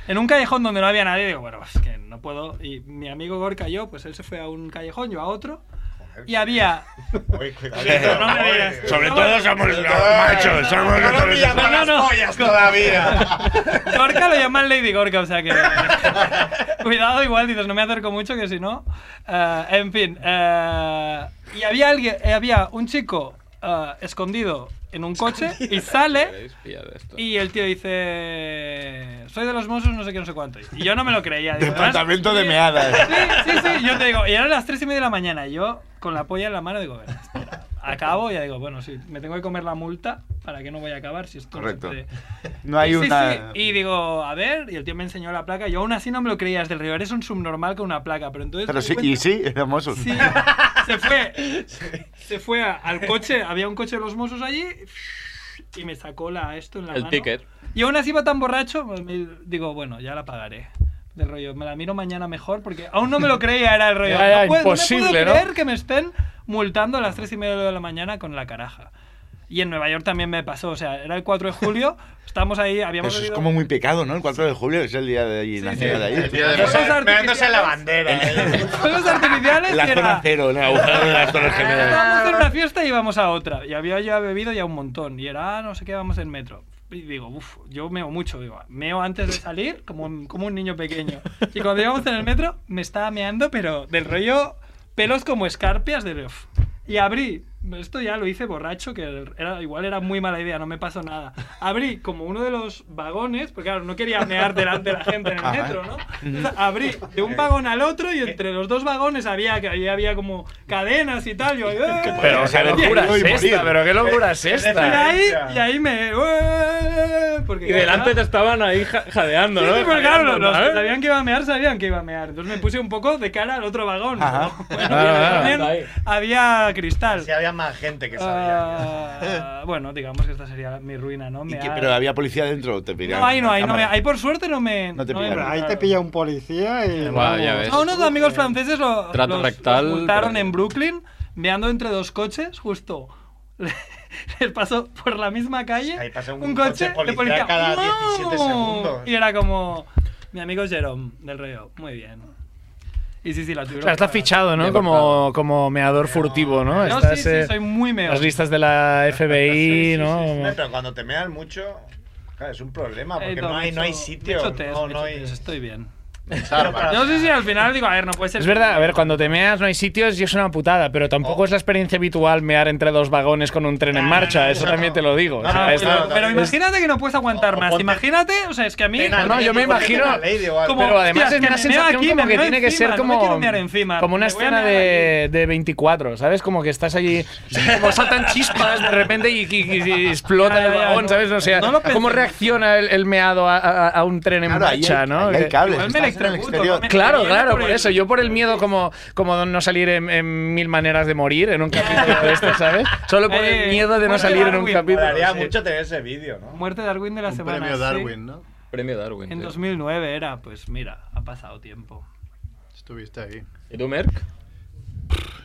en un callejón donde no había nadie. Digo, bueno, es que no puedo. Y mi amigo Gorka y yo, pues él se fue a un callejón, yo a otro. Y había. no me digas.
Sobre todo somos los machos, somos
No
los
nos pillamos
No,
las
no.
pollas todavía.
Gorka lo llaman Lady Gorka, o sea que. Cuidado, igual dices, no me acerco mucho, que si no. Eh, en fin. eh, y había alguien, eh, había un chico eh, escondido en un coche y sale. Y el tío dice: Soy de los Mossos, no sé qué, no sé cuánto. Y yo no me lo creía. digo, "Además,
Departamento de
Sí,
meadas.
sí, sí, yo te digo, y eran las 3 y media de la mañana, y yo con la polla en la mano digo, "Bueno, espera, acabo, y ya digo, bueno, sí, me tengo que comer la multa, ¿para qué no voy a acabar si esto no se
Correcto.
puede?".
No hay
Y sí,
una.
sí, y digo, a ver, y el tío me enseñó la placa, yo aún así no me lo creía, es del río, eres un subnormal con una placa, pero entonces...
Pero
me
sí,
di
y
cuenta-
sí, hermoso.
Sí, se fue, se fue a- al coche, había un coche de los Mossos allí, y me sacó la, esto en la
El
mano.
ticket.
Y aún así va tan borracho, pues me- digo, bueno, ya la pagaré. Del rollo, me la miro mañana mejor porque aún no me lo creía, era el rollo.
Ya, ya,
no puedo, no me
imposible,
puedo
¿no?
creer que me estén multando a las 3 y media de la mañana con la caraja. Y en Nueva York también me pasó, o sea, era el 4 de julio, estábamos ahí, habíamos
Eso Pues es
bebido-
como muy pecado, ¿no? El 4 de julio es el día de allí, nacional de ahí.
El día de
Fuegos
mear.
artificiales-
Meándose en la bandera. eh.
fuegos artificiales
La
y
zona
era...
cero, el agujero de las zonas gemelas.
Estábamos en una fiesta y íbamos a otra. Y había ya bebido ya un montón. Y era, ah, no sé qué, vamos en metro. Y digo, uff, yo meo mucho. Digo, meo antes de salir como, un- como un niño pequeño. Y cuando íbamos en el metro, me estaba meando, pero del rollo pelos como escarpias de uf. Y abrí, esto ya lo hice borracho, que era, igual era muy mala idea, no me pasó nada. Abrí como uno de los vagones, porque claro, no quería mear delante de la gente en el metro, ¿no? Entonces, abrí de un vagón al otro y
Eh.
entre los dos vagones había, que ahí había como cadenas y tal. Yo, ¡eh!
Pero qué locura es esta, pero qué locura es
Y
esta.
ahí, y ahí me. ¡eh! Porque,
Y delante te estaban ahí ja- jadeando,
Sí,
¿no?
sí, porque claro, los,
Jadeando,
los que
¿no?
sabían que iba a mear, sabían que iba a mear. Entonces me puse un poco de cara al otro vagón.
Ajá.
¿no?
Claro,
Bueno, y
claro.
también
Ahí.
ah.
había cristal.
Si había más gente que sabía.
Ah, bueno, digamos que esta sería mi ruina, ¿no?
¿Y
Me
qué-
ha-
Pero había policía dentro, te pillaron.
No, ahí no, ahí no me,
Cámara.
ahí por suerte no me.
No te
me
pillaron.
Ahí te
multaron.
pilla un policía y.
Guau, ya
vamos.
ves.
A unos amigos franceses lo,
Trato
los,
rectal,
los multaron
pero-
en Brooklyn, meando entre dos coches, justo. Les pasó por la misma calle
Ahí pasa un coche
de
policial cada 17 segundos.
Y era como, mi amigo Jerome del Reo, muy bien. Y sí, sí, la
O
tuvieron.
sea, está fichado, ¿no? Como, como meador furtivo, ¿no?
No,
Estás,
sí, sí,
eh,
soy muy meo.
las listas de la FBI,
No,
¿no?
pero cuando te mean mucho, claro, es un problema,
He
porque
ido,
no,
me he
hay, no
hecho-
hay
me he
sitio.
hecho test,
no,
me he
no
hecho
hay...
test, estoy bien.
Pero para-
Yo sí, sí, al final digo, a ver, no puede ser.
Es verdad, a ver, cuando te meas no hay sitios y es una putada, pero tampoco
Oh.
es la experiencia habitual mear entre dos vagones con un tren en
No, no,
marcha,
no,
eso
no.
también te lo digo.
No,
O sea,
no,
es-
pues,
claro,
Pero
es-
imagínate que no puedes aguantar
o
más.
ponte-
Imagínate, o sea, es que a mí.
Pena,
no, yo me
ponte
imagino-
una ley de igual,
como-
Pero además
Hostias,
es una
que me meo
sensación
aquí,
como
me
que
meo
tiene que
encima,
ser
no me
como,
quiero mear encima,
como una
me voy a
escena
mear
de, de 24, ¿sabes? Como que estás allí, como saltan chispas de repente y, y- y- y explota
Ya,
el
ya,
vagón,
no.
¿sabes? O sea,
No lo
cómo
pensé.
reacciona el, el meado a, a- a un tren en
Claro, ahí
marcha,
hay-
¿no?
ahí hay
Que-
Igual me
cables, estás en el
electrocuto,
exterior.
no me-
Claro,
Viene
claro,
por
por
el-
eso. Yo por el miedo como, como no salir en, en mil maneras de morir en un capítulo de esto, ¿sabes? Solo por
Eh,
el miedo de no
muerte
salir en un
Darwin,
capítulo.
Molaría
sí.
mucho tener ese vídeo, ¿no?
Muerte de Darwin de la
Un
semana.
premio
sí.
Darwin, ¿no?
Premio Darwin.
En
tío.
2009 era, pues mira, ha pasado tiempo.
Estuviste ahí.
¿Y tú, Merck?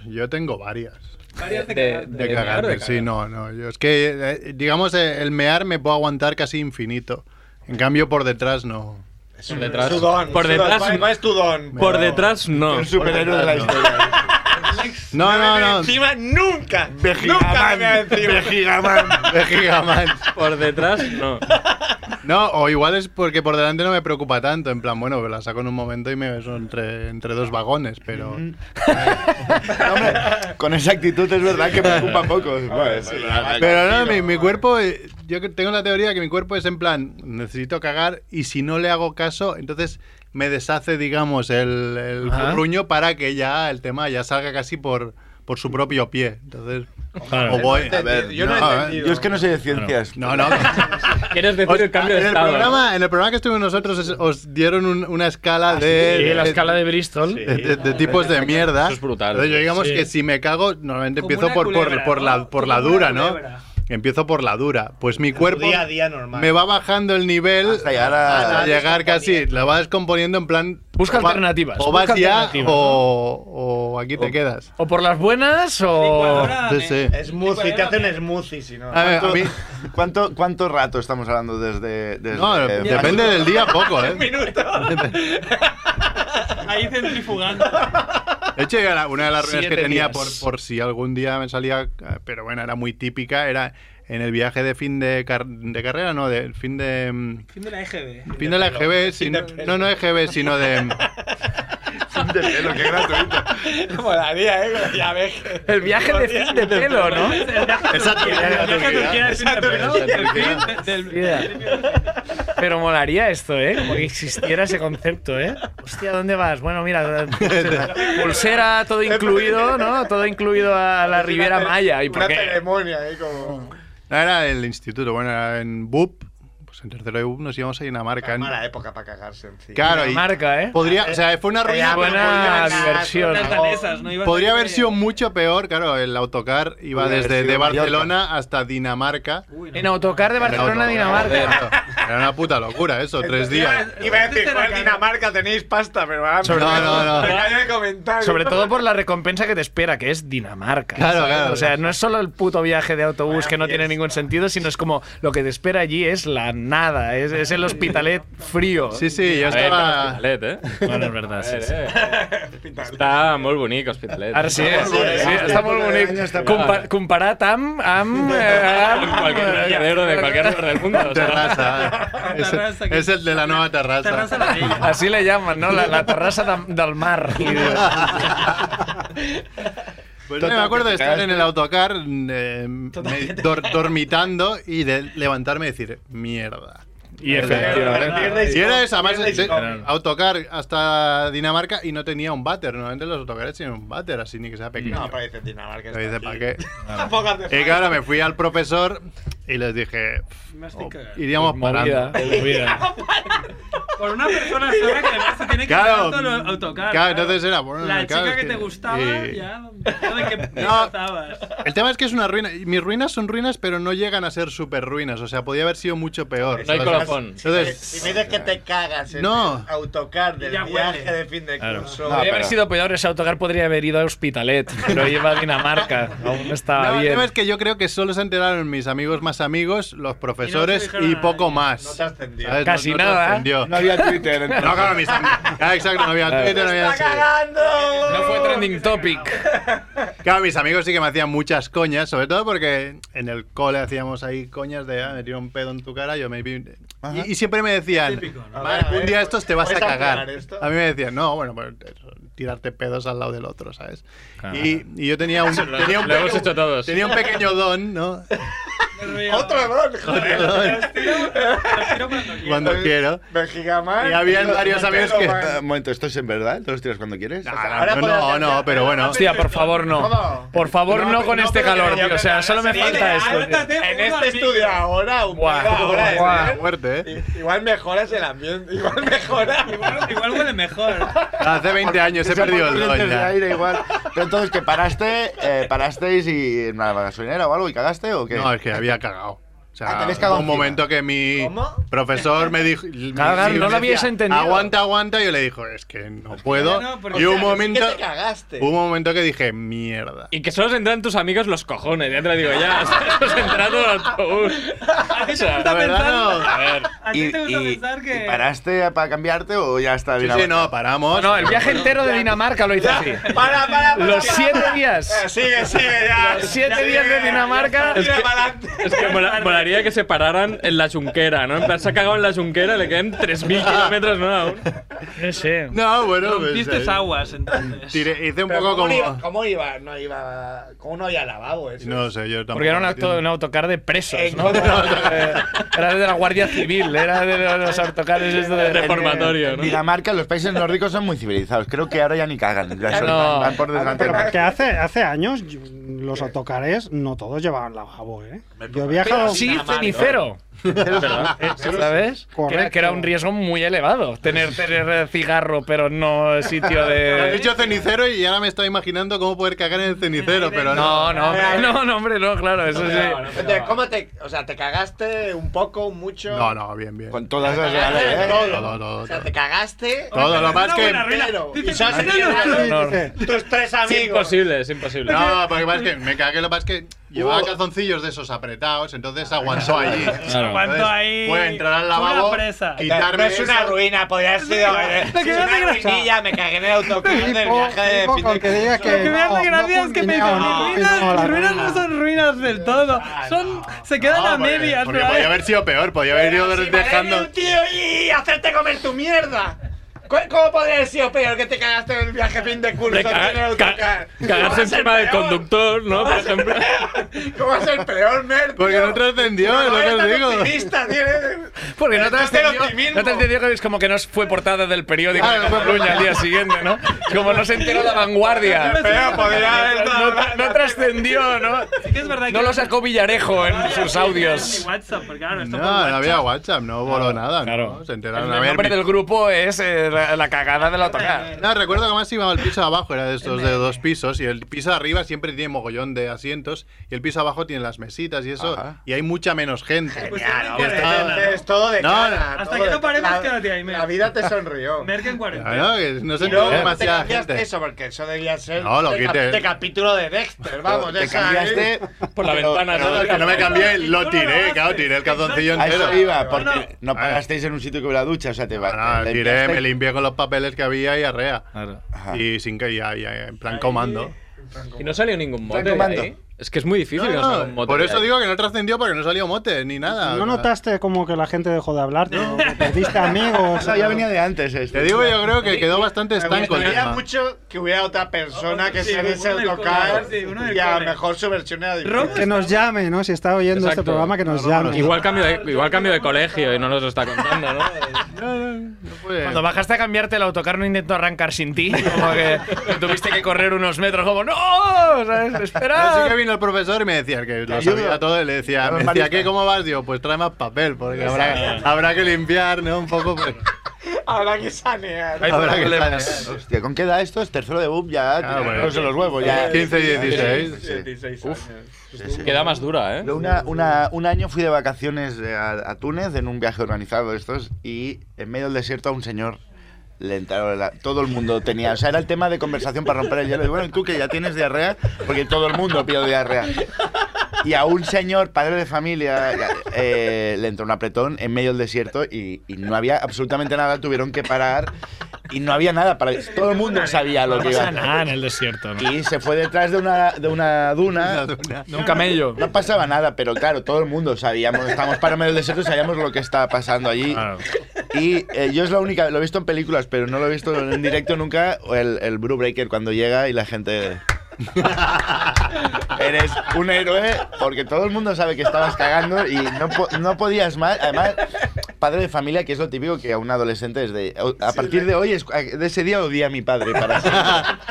Yo tengo varias.
Varias de, de,
De
cagar,
cagarme,
de
sí,
cagar.
no, no. Yo es que, eh, digamos, eh, el mear me puedo aguantar casi infinito. En cambio, por detrás no.
Es
Por detrás-
su don,
por
su don.
detrás-
No es tu don.
Por detrás, no.
El superhéroe de la
No.
historia.
Alex.
No, no, no.
Encima nunca. Nunca me
Vejigaman,
voy a encima.
vejigaman, vejigaman.
Por detrás, no.
No, o igual es porque por delante no me preocupa tanto. En plan, bueno, la saco en un momento y me beso entre, entre dos vagones, pero.
Con esa actitud es verdad que preocupa poco. Bueno, sí, la-
Pero no, mi, mi cuerpo, eh, yo que tengo la teoría que mi cuerpo es en plan, necesito cagar y si no le hago caso, entonces me deshace, digamos, el, el
Ajá.
ruño para que ya el tema ya salga casi por, por su propio pie. Entonces, o voy. a
A ver,
ver,
yo es que no sé de ciencias.
No, no.
Quieres decir el cambio de
En el,
estado.
programa, en el programa que estuvimos nosotros es- os dieron un- una escala de,
Ah, Sí, la
de-
escala de Bristol.
de- de- de tipos de mierda.
Eso es brutal.
Entonces yo digamos
Sí.
que si me cago, normalmente
Como
empiezo
una
por, por-
culebra,
por, la,
¿no?
por la
Como una
dura, ¿no?
culebra.
Empiezo por la dura. Pues mi cuerpo
día a día normal.
me va bajando el nivel
Hasta llegar a-
hasta
la
llegar casi. La vas descomponiendo en plan.
Busca
o va-
alternativas,
O
busca
vas ya
alternativas.
o, o aquí te quedas.
O por las buenas o.
Licuadora,
Oh, Sí,
me-
sí.
Smoothie, te hace un
¿eh?
smoothie si no.
A ver, a mí.
¿Cuánto, ¿Cuánto rato estamos hablando desde.? desde
No,
eh,
depende del día poco, ¿eh?
Ahí centrifugando.
De hecho, era una de las reuniones que
Siete
tenía por,
días.
por si algún día me salía, eh, pero bueno, era muy típica, era en el viaje de fin de, car- de carrera, no, del fin de... mm,
Fin de la EGB.
Fin de la E EGB, si-
de pelo.
no, no EGB, sino de... mm,
de pelo, qué gratuito.
Molaría, eh, con la abeja.
El viaje de fin de pelo, ¿no?
Exacto.
Pero molaría esto, ¿eh? Como que existiera ese concepto, ¿eh? Hostia, ¿dónde vas? Bueno, mira, pulsera, todo incluido, ¿no? Todo incluido a la Riviera Maya. ¿Y por
Una
qué?
ceremonia, eh, como.
No, era el instituto, bueno, era en BUP, pues en tercero de BUP nos íbamos a Dinamarca.
Mala época para cagarse encima.
Claro, y
Marca, ¿eh?
podría, o sea, fue una
Sería
ruina...
buena diversión.
Unas danesas, ¿no? Ibas
Podría
a-
haber sido mucho peor, claro, el autocar iba
Podría haber
desde
sido
de
Mallorca.
Barcelona hasta Dinamarca.
En autocar de Barcelona a Dinamarca.
Era una puta locura eso, tres días.
Iba a decir, "Joder, Dinamarca tenéis pasta, pero vamos.
No, no,
Me
no.
cayó el comentario.
Sobre todo por la recompensa que te espera, que es Dinamarca.
Claro,
¿sabes?
claro.
O sea, no es solo el puto viaje de autobús que no tiene ningún sentido, sino es como lo que te espera allí es la nada, es, es el hospitalet frío.
Sí, sí, yo
A ver,
estaba.
Hospitalet, eh?
Bueno, es verdad, sí,
A ver,
sí.
eh. Està molt bonic, Hospitalet.
Ara sí, eh? sí, sí,
eh?
està molt bonic. Compa comparat amb... amb, eh,
Con
amb
cualquier playa de oro de cualquier lugar del mundo. o sea.
Terrassa. Es,
Terrassa, que-
es el de la nueva terraza.
Terrassa la vella.
Així la llaman, no? La, la terrassa de, del mar. I
Pues
Total,
no, me acuerdo
que
de
te
estar
cagaste.
en el autocar eh, me- dor- dormitando y de levantarme y decir, mierda.
I
¿eh?
¿eh?
efectivament.
Y era esa, además,
Mierda y
de- autocar hasta Dinamarca y no tenía un váter. Normalmente los autocares tienen un váter, así ni que sea pequeño.
No, pero dice Dinamarca.
Pero dice,
está
¿para
aquí.
qué?
Tampoco hace
Y
falta.
claro, me fui al profesor y les dije, Oh.
Me has de cagar.
iríamos
Pues
Movida,
parando.
movida.
Por una persona sola que además se tiene que
Claro,
pagar todo el autocar.
claro, entonces era, bueno, claro,
la chica
es
que,
que-
te gustaba,
y-
ya. No, de que me
No.
gustabas.
El tema es que es una ruina. Y Mis ruinas son ruinas, pero no llegan a ser super ruinas. O sea, podía haber sido mucho peor.
No hay colofón.
Entonces,
Si me dices que te cagas en
No.
el autocar del
Ya huele.
viaje de fin de curso.
No,
Podría haber
pero-
sido peor, ese autocar podría haber ido a Hospitalet, pero iba a Dinamarca, aún
Ah,
estaba
no, el
bien.
tema es que yo creo que solo se enteraron mis amigos más amigos, los profesores
dijeron
y,
a
poco
nadie.
más.
No te has tendido.
¿Sabes?
Casi
te
nada.
ascendió.
No había Twitter. entonces.
No, claro, mis amigos. Ah, exacto, no había Twitter, no había-
¡Está cagando!
No fue trending topic.
Claro, mis amigos sí que me hacían muchas coñas, sobre todo porque en el cole hacíamos ahí coñas de, ah, me tiro un pedo en tu cara, yo me... vi-
Ajá.
Y, y siempre me decían,
Típico, ¿no?
"Vale,
A ver,
un día estos te vas a
¿eh? ¿puedes
cagar.
aclarar esto?
A mí me decían, no, bueno, pues tirarte pedos al lado del otro, ¿sabes? Y, y yo tenía un,
Lo-
tenía, un
lo hemos
peque-
hecho todos.
tenía un pequeño don, ¿no?
Me reía.
¡Otro don! ¡Joder!
Los tiro, los tiro cuando quiero.
Cuando quiero.
Mexicaman.
Y habían varios amigos que-
Eh, un momento, ¿esto es en verdad? ¿Te los tiras cuando quieres?
No,
Hasta la-
ahora
no,
puedes
no,
hacer-
no, pero bueno.
Hostia, por favor, no. Por favor, no con este calor, tío. O sea, solo me falta esto. tío.
En este estudio ahora, un
Guau,
pedo ahora, ¿eh?
guau.
Fuerte, ¿eh?
I- Igual mejoras el ambiente, igual mejora.
Igual, igual huele mejor.
Hace 20 años he
Esa
perdido el
corriente
don
de
ya.
aire igual. Pero entonces, ¿que paraste? eh, ¿Parasteis y en una gasolinera o algo y cagaste o qué?
No, es que había cagado. O sea,
Ah, te habías cagado
hubo un
encima.
momento que mi profesor me dijo.
claro,
me
no lo
decía,
habías entendido.
Aguanta, aguanta. Yo le dijo, es que no puedo.
no, porque-
y
O
hubo
sea,
un
que sí
momento.
que te cagaste.
hubo un momento que dije, mierda.
Y que solo se entran tus amigos los cojones, ya te lo digo ya. o sea, Solo se entra todo el autobús. O sea,
La verdad, no.
A ver.
¿Y, y- y paraste para cambiarte o ya está bien?
sí,
no,
paramos.
No, el viaje entero de Dinamarca lo hice así.
Para, para, para.
Los siete días.
Sigue, sigue ya.
Los siete días de Dinamarca.
Es que, es que mola- molaría que se pararan en la Junquera, ¿no? En plan, se ha cagado en la Junquera, le quedan 3.000 kilómetros, ¿no? Aún.
No sé.
No, bueno.
Rompiste
pues, eh,
aguas, entonces.
tiré- hice un
Pero
poco
¿cómo,
como.
iba, ¿Cómo iba? No iba. ¿Cómo no había lavabo eso?
No sé, yo tampoco.
Porque era un, auto, un autocar de presos, ¿no? Era de la Guardia Civil, era de los autocares estos de
En Dinamarca, los países nórdicos son muy civilizados. Creo que ahora ya ni cagan. Ya son-
No.
van por delante.
Pero porque hace, hace años yo- los autocares no todos llevaban lavabo, ¿eh? Yo he viajado.
Sí, cenicero. Eh, ¿Sabes? Que era, que era un riesgo muy elevado tener, tener eh, cigarro, pero no sitio
Eh,
Has
de.
dicho cenicero y ahora me estaba imaginando cómo poder cagar en el cenicero, pero
No, no, hombre, no, no, hombre, no, claro, eso sí.
Entonces, ¿cómo te.? O sea, ¿te cagaste un poco, un mucho?
No, no, bien, bien. Con
todas
las de- ¿eh?
Todo,
Todo,
todo, todo.
O sea, ¿te cagaste?
Todo, lo más que-
Pero, y
Dices,
sos
no,
el
no,
que-
no, no.
Tus tres
Es
amigos.
imposible, es imposible.
No, porque pasa es que me cagué, lo que pasa es que llevaba
Uh.
calzoncillos de esos apretados, entonces aguantó allí.
Claro.
Aguantó
Entonces,
ahí.
Puede entrar al
Fue una
lavabo,
presa.
quitarme
No es una
eso.
ruina, podría haber sido. eh,
Lo que
es
me hace
una
gracia-
ruinilla, me cagué en el autocar del viaje de fin de
que diga que
Lo que me hace
no, no
gracia es que me dicen,
culminaba, no
ruinas,
culminaba la
ruinas no
ruina".
son ruinas del todo, son, se quedan a
porque-
medias.
Porque
pero-
podía haber sido peor, podía haber ido
Si me
dejando.
viene un tío y hacerte comer tu mierda. ¿Cómo, cómo podría haber sido peor que te cagaste en el viaje fin de curso?
Hombre, caga-
en el autocar?
ca- cagarse encima del conductor, ¿no? Por ejemplo.
¿Cómo va a ser peor, Mer?
Porque no trascendió, es lo que os digo.
Optimista, tío.
Porque no te has
Estás del
entendido,
optimismo.
no te has entendido que es como que no fue portada del periódico de
Claro, fue
Cataluña al día siguiente, ¿no? Como no se enteró la vanguardia.
Pero podría haber
No, no trascendió, ¿no?
que es verdad
No
que-
lo sacó Villarejo en sus audios.
Ni WhatsApp, porque claro, esto
No,
fue un
no
WhatsApp.
había WhatsApp, no voló nada. ¿no? Se
El
enteraron a ver.
nombre del grupo es eh, la, la cagada del autocar.
No, recuerdo que más iba al piso de abajo, era de estos de dos pisos, y el piso de arriba siempre tiene mogollón de asientos, y el piso de abajo tiene las mesitas y eso, y hay mucha menos gente.
Claro,
Y está-
es todo de
No,
cara.
no.
Hasta
todo
que
de-
no paremos,
la-
quédate ahí, Mer.
La vida te sonrió.
Merck en cuarentena.
Claro, que no se
Y luego
enteró
te
demasiada
cambiaste
gente.
eso, porque eso debía ser
No, lo
de, cap-
quité.
de capítulo de
pues
Dexter, vamos.
Te
esa, ¿eh?
cambiaste
Por la
pero-
ventana,
pero-
¿no?
Que no me cambié, lo tiré, claro, tiré el calzoncillo
A
entero.
eso iba, porque no pagasteis en un sitio que hubiera ducha, o sea, te va.
Ah,
te
tiré,
limpiaste.
me limpié con los papeles que había y arrea. Y sin que ya, ya, en plan comando.
Y no salió ningún mote. de
comando.
ahí. Es que es muy difícil que no
No,
salga un mote.
por
de
eso
ahí.
digo que no trascendió porque no salió mote ni nada.
¿No
o sea.
notaste como que la gente dejó de hablarte? que perdiste amigos.
No, ya venía de antes
Te
este.
digo, yo creo que quedó bastante
Me
estanco el
gustaría
tema.
mucho que hubiera otra persona que
Sí,
se diese
uno del
tocar
cole, sí, uno del
y a lo
cole.
mejor su versión era
Robo
diferente.
Que nos llame, ¿no? Si está oyendo
Exacto.
este programa, que nos llame.
Igual cambio, de, igual cambio de colegio y no nos lo está contando, ¿no?
Pues,
Cuando bajaste a cambiarte, el autocar no intentó arrancar sin ti. Como que tuviste que correr unos metros, como ¡No! ¿sabes?
Así que
¡Espera!
vino el profesor y me decía que lo
ayudo.
sabía todo y le decía, me decía, ¿qué? ¿Cómo vas? Digo, pues trae más papel, porque habrá, habrá que limpiar, ¿no? Un poco. pues,
Habrá que sanear.
habrá que
Hostia, ¿con qué edad esto? Es tercero de boom, ya.
Ah,
tirándonos
bueno.
en los huevos, ya.
15 y 16.
Sí, sí.
16 años.
Queda más dura, ¿eh?
Yo una- una- un año fui de vacaciones eh, a, a Túnez en un viaje organizado de estos y en medio del desierto a un señor le entraron la- todo el mundo tenía, o sea, era el tema de conversación para romper el hielo. Y bueno, tú que ya tienes diarrea, porque todo el mundo pide diarrea. Y a un señor, padre de familia, eh, le entró un apretón en medio del desierto y, y no había absolutamente nada, tuvieron que parar y no había nada para todo el mundo sabía lo
No
que
pasa
iba.
nada en el desierto. ¿no?
Y se fue detrás de una, de una duna
De un camello.
no pasaba nada, pero claro, todo el mundo sabíamos, estábamos para medio del desierto, sabíamos lo que estaba pasando allí.
Claro.
Y eh, yo es la única, lo he visto en películas, pero no lo he visto en directo nunca, o el, el Brew Breaker cuando llega y la gente... Eres un héroe porque todo el mundo sabe que estabas cagando y no, po- no podías más. Además, padre de familia, que es lo típico que a un adolescente es de... o- A partir de hoy, es- de ese día odié a mi padre para siempre.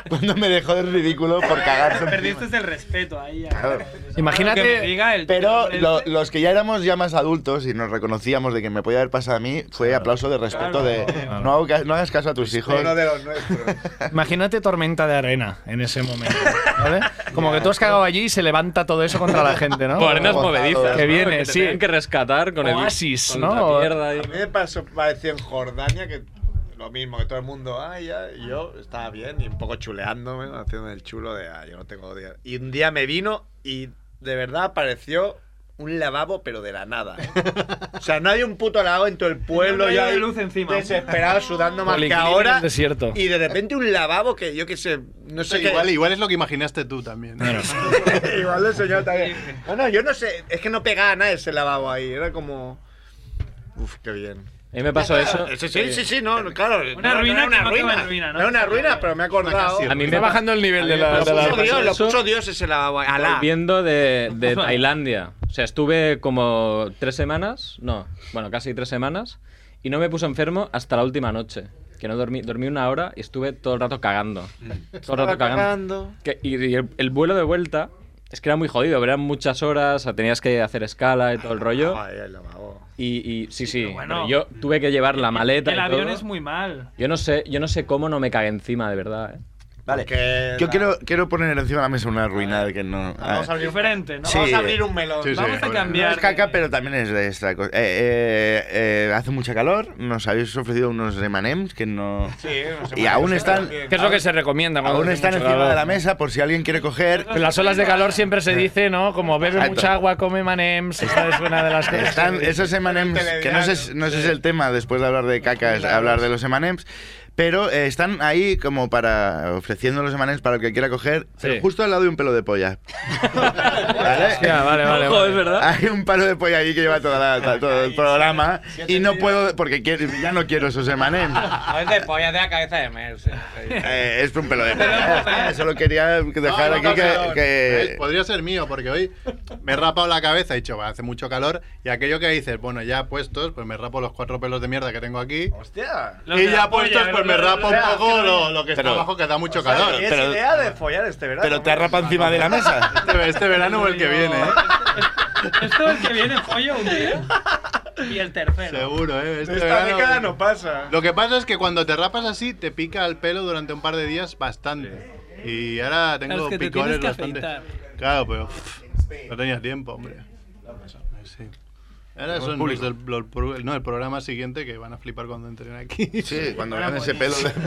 cuando me dejó de ridículo por cagarse. encima.
Perdiste el respeto ahí.
Claro.
Imagínate-
Que me diga el- este
Pero
el-
lo- los que ya éramos ya más adultos y nos reconocíamos de que me podía haber pasado a mí, fue aplauso de respeto de no, hago ca- no hagas caso a tus hijos.
Uno de los nuestros.
Imagínate tormenta de arena en ese momento. ¿vale? Como que tú has cagado allí y se levanta todo eso contra la gente, ¿no?
Por arenas movedizas.
Que
¿no?
viene,
te
sí.
tenían que rescatar con el.
Oasis,
con
¿no?
la mierda ahí.
A mí me pasó, pareció en Jordania que lo mismo, que todo el mundo, ah, ya, y yo estaba bien y un poco chuleándome, haciendo el chulo de, ah, yo no tengo día. Y un día me vino y de verdad apareció un lavabo, pero de la nada. ¿eh? o sea, no hay un puto lavabo en todo el pueblo,
No, no hay
ya
una
hay
luz encima.
desesperado sudando más que
Policlínica en
ahora.
el desierto.
Y de repente un lavabo que yo qué sé, no sé qué.
igual, igual es lo que imaginaste tú también.
Igual lo he soñado también. No, no, yo no sé. Es que no pegaba a nada ese lavabo ahí. Era como. Uf, qué bien.
A mí me pasó eso.
Sí, sí, sí, sí, no, no, claro.
Una
no,
ruina
no era
que
una
no
ruina.
acaba en ruina, ¿no?
Era una ruina, pero me he acordado.
A mí me
Está
pa-
bajando el nivel de la.
Lo
de la-
puso Dios, lo
Eso-
puso Dios ese lavabo. ahí. Alá.
Volviendo de, de Tailandia. O sea, estuve como tres semanas, no, bueno, casi tres semanas, y no me puse enfermo hasta la última noche. Que no dormí, dormí una hora y estuve todo el rato cagando.
Mm.
Todo el rato cagando. Que- y y el, el vuelo de vuelta es que era muy jodido, eran muchas horas, o sea, tenías que hacer escala y todo el
Ah,
rollo.
Ay, el lavabo.
Y, y- sí, sí,
bueno.
pero yo tuve que llevar la maleta.
El
y
avión
todo.
es muy mal.
Yo no sé, yo no sé cómo no me cagué encima, de verdad. ¿eh?
Vale.
Porque
Yo
Eh, la-
quiero, quiero poner encima de la mesa una ruina de que no. ah,
Vamos a abrir
Diferente, ¿no?
Sí.
Vamos a abrir un melón.
Sí, sí.
Vamos a
bueno.
No
cambiar.
es caca, pero también es de esta cosa. Eh, eh, eh, hace mucha calor, nos habéis ofrecido unos M&M's que no...
Sí, no sé
Y
más.
aún están-
¿Qué es lo que se recomienda? cuando
Aún
hace
están
mucho
encima
calor?
de la mesa por si alguien quiere coger.
Pero Pues las olas de calor siempre se dice, ¿no? Como bebe
Exacto.
mucha agua, come manems, esa es una de las cosas.
Están
que-
esos M&M's, que no sé, no sé si es el tema después de hablar de cacas, hablar de los M&M's, pero eh, están ahí como para ofreciendo los M&M's para el que quiera coger, pero justo al lado de un pelo de polla. ¿Vale?
Hostia, vale, vale.
Ojo, es verdad.
Hay un palo de polla allí que lleva toda la- ta- todo el programa y no puedo, porque quiero- ya no quiero esos M&M's.
A veces pollas de la cabeza de Merce.
Eh, es un pelo de polla. Solo quería dejar
No, no,
aquí que-
cabrón.
que...
¿Ves? Podría ser mío, porque hoy me he rapado la cabeza, he dicho, va, hace mucho calor, y aquello que dices, bueno, ya puestos, pues me rapo los cuatro pelos de mierda que tengo aquí,
Hostia.
Los
y
de la
ya puestos,
polla,
pues
los de
me
la-
rapo un
los de la-
poco lo, lo que está
Pero-
abajo, que da mucho
Claro,
calor.
es
pero-
idea de follar este verano.
Pero te arrapa encima de la mesa.
Este, este verano o el que viene, ¿eh?
Esto es el que viene pollo un día y el tercero.
Seguro, ¿eh? Este
Esta
verano-
década no pasa.
Lo que pasa es que cuando te rapas así, te pica el pelo durante un par de días bastante. Y ahora tengo
Claro, es que te
picores
tienes que
bastante.
afeitar.
Claro, pero pff, no tenías tiempo, hombre. Sí. Ahora son los del, los pro- no, el programa siguiente que van a flipar cuando entren aquí.
Sí, cuando vean ese pelo.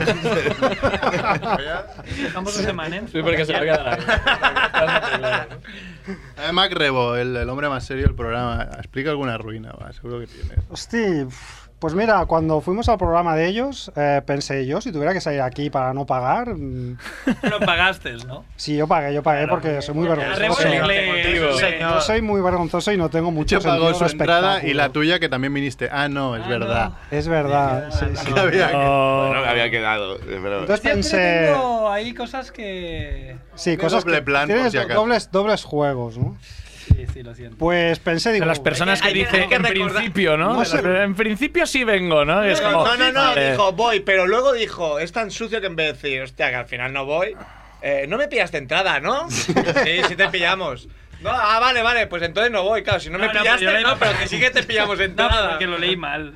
Dejamos los emanems.
Sí, porque se me va a quedar ahí.
Además, Rebo, el, el hombre más serio del programa, explica alguna ruina, va, seguro que tiene.
Hosti, uf, pues mira, cuando fuimos al programa de ellos, eh, pensé yo, si tuviera que salir aquí para no pagar, mm,
Pero pagaste, ¿no?
sí, yo pagué, yo pagué porque soy muy vergonzoso.
Arreglo el
Motivo.
inglés. Señor.
Yo soy muy vergonzoso y no tengo mucho
Yo pagó
sentido
su
de
entrada y
espectáculo.
la tuya que también viniste. Ah, no, es
Ah,
verdad.
Es verdad, sí, sí.
Que había que-
Bueno, me había quedado. pero-
Entonces
Yo creo que
pensé,
tengo ahí cosas que.
sí,
Tiene
cosas
doble
que
plan, por
tienes
si
do-
acaso.
dobles, dobles juegos, ¿no?
Sí, sí, lo siento.
Pues pensé,
De
digo,
las personas que
Hay que- hay
dicen
que
en
recordar-
principio, ¿no?
No
De
sé.
las- En principio sí vengo, ¿no? Y es como,
no, no, no,
eh,
dijo voy, pero luego dijo, es tan sucio que en vez de decir, hostia, que al final no voy, eh, no me pillaste entrada, ¿no? sí, sí te pillamos. No, ah, vale, vale, pues entonces no voy, claro, si no,
No,
me
no,
pillaste,
pero yo
no,
le-
pero que sí que te pillamos
No,
entrada.
porque lo leí mal.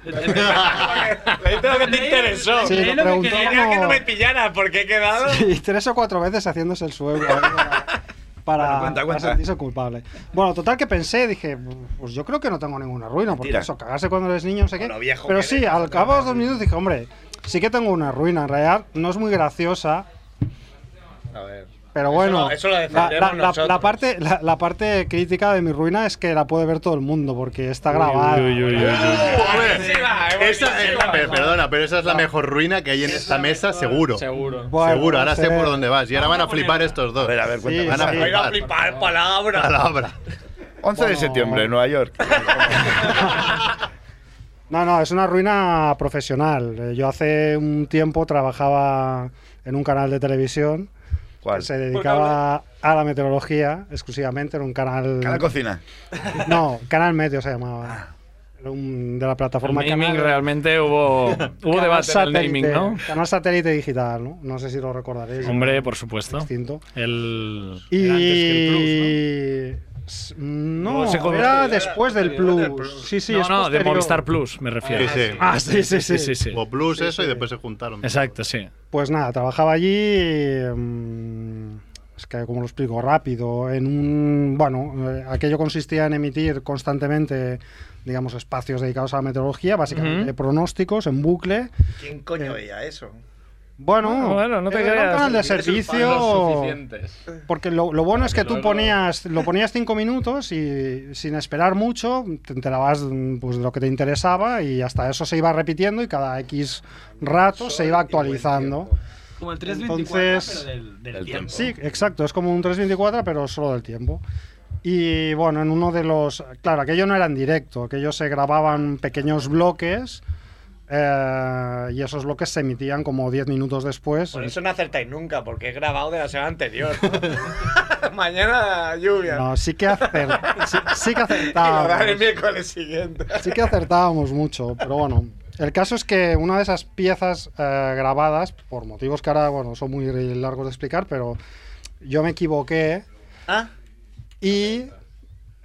Leí todo lo que te interesó.
Sí,
Leí lo que
preguntó
quería.
como-
Quería que no me pillaras porque he quedado.
Sí, tres o cuatro veces haciéndose el suegro ahí para, para-
Bueno, cuenta,
para
cuenta.
sentirse culpable. Bueno, total que pensé, dije, pues yo creo que no tengo ninguna ruina, porque
Mentira.
eso, cagarse cuando eres niño, no sé qué.
Bueno, viejo
Pero
que
sí,
eres,
al
no
cabo de
tengo
los dos minutos dije, hombre, sí que tengo una ruina, en realidad no es muy graciosa.
A ver.
Pero
Eso
bueno,
lo- eso lo
la- la, la-
defendemos
la
nosotros.
parte, la, la parte crítica de mi ruina es que la puede ver todo el mundo porque está grabada.
Sí, va, eh,
Esa es la- per- perdona, pero esa es la mejor ruina que hay en esta mesa, seguro.
Seguro.
Bueno, eh,
Seguro, ahora
no
sé
sé.
por dónde vas. Y ahora van a flipar estos dos.
A ver, a ver,
Sí,
cuéntame.
Van a
sí.
Voy a ir a
flipar.
flipar palabra.
Palabra.
11 de
Bueno.
septiembre, Nueva York.
No, no, es una ruina profesional. Eh, Yo hace un tiempo trabajaba en un canal de televisión que
¿Cuál?
se
Pues
dedicaba a la meteorología exclusivamente, era un canal...
Cada cocina.
no, Canal Meteo se llamaba. Era un- de la
el
plataforma
naming
Canal-
realmente hubo, hubo
Canal
debate en el naming,
Satélite-
¿no?
Canal Satélite Digital, ¿no? No sé si lo recordaréis.
Hombre, por supuesto.
Distinto.
El.
Y...
era antes que el Plus, ¿no?
S- No,
Luego se convirtió-
era después del Plus. Sí, sí,
no,
es
no, de
posterior.
Movistar Plus, me refiero.
Sí, sí.
Ah, sí, sí, sí.
Sí, sí, sí.
Hubo plus eso y después se juntaron.
Exacto, sí.
Pues nada, trabajaba allí. mm, es que como lo explico rápido, en un bueno, eh, aquello consistía en emitir constantemente digamos espacios dedicados a la meteorología, básicamente
Ujú.
pronósticos en bucle.
¿Quién coño veía eso?
Bueno,
Ah, bueno, no te
era un
creas.
canal de
Esos fans
servicio.
suficientes.
Porque lo, lo bueno
Para
es
que
que tú
luego-
ponías, lo ponías cinco minutos y sin esperar mucho te enterabas mm, pues, de lo que te interesaba y hasta eso se iba repitiendo y cada X rato se iba actualizando.
Como el 324,
Entonces,
pero del, del tiempo.
sí, exacto, es como un 324 pero solo del tiempo. Y bueno, en uno de los... Claro, aquello no era en directo, aquello se grababan pequeños bloques eh, y esos bloques se emitían como 10 minutos después.
Por eso no acertáis nunca, porque he grabado de la semana anterior. Mañana lluvia.
No, sí que, acer... sí, sí que
Y grabar el
acertábamos.
miércoles siguiente.
Sí que acertábamos mucho, pero bueno. El caso es que una de esas piezas eh, grabadas, por motivos que ahora bueno, son muy largos de explicar, pero yo me equivoqué
Ah.
y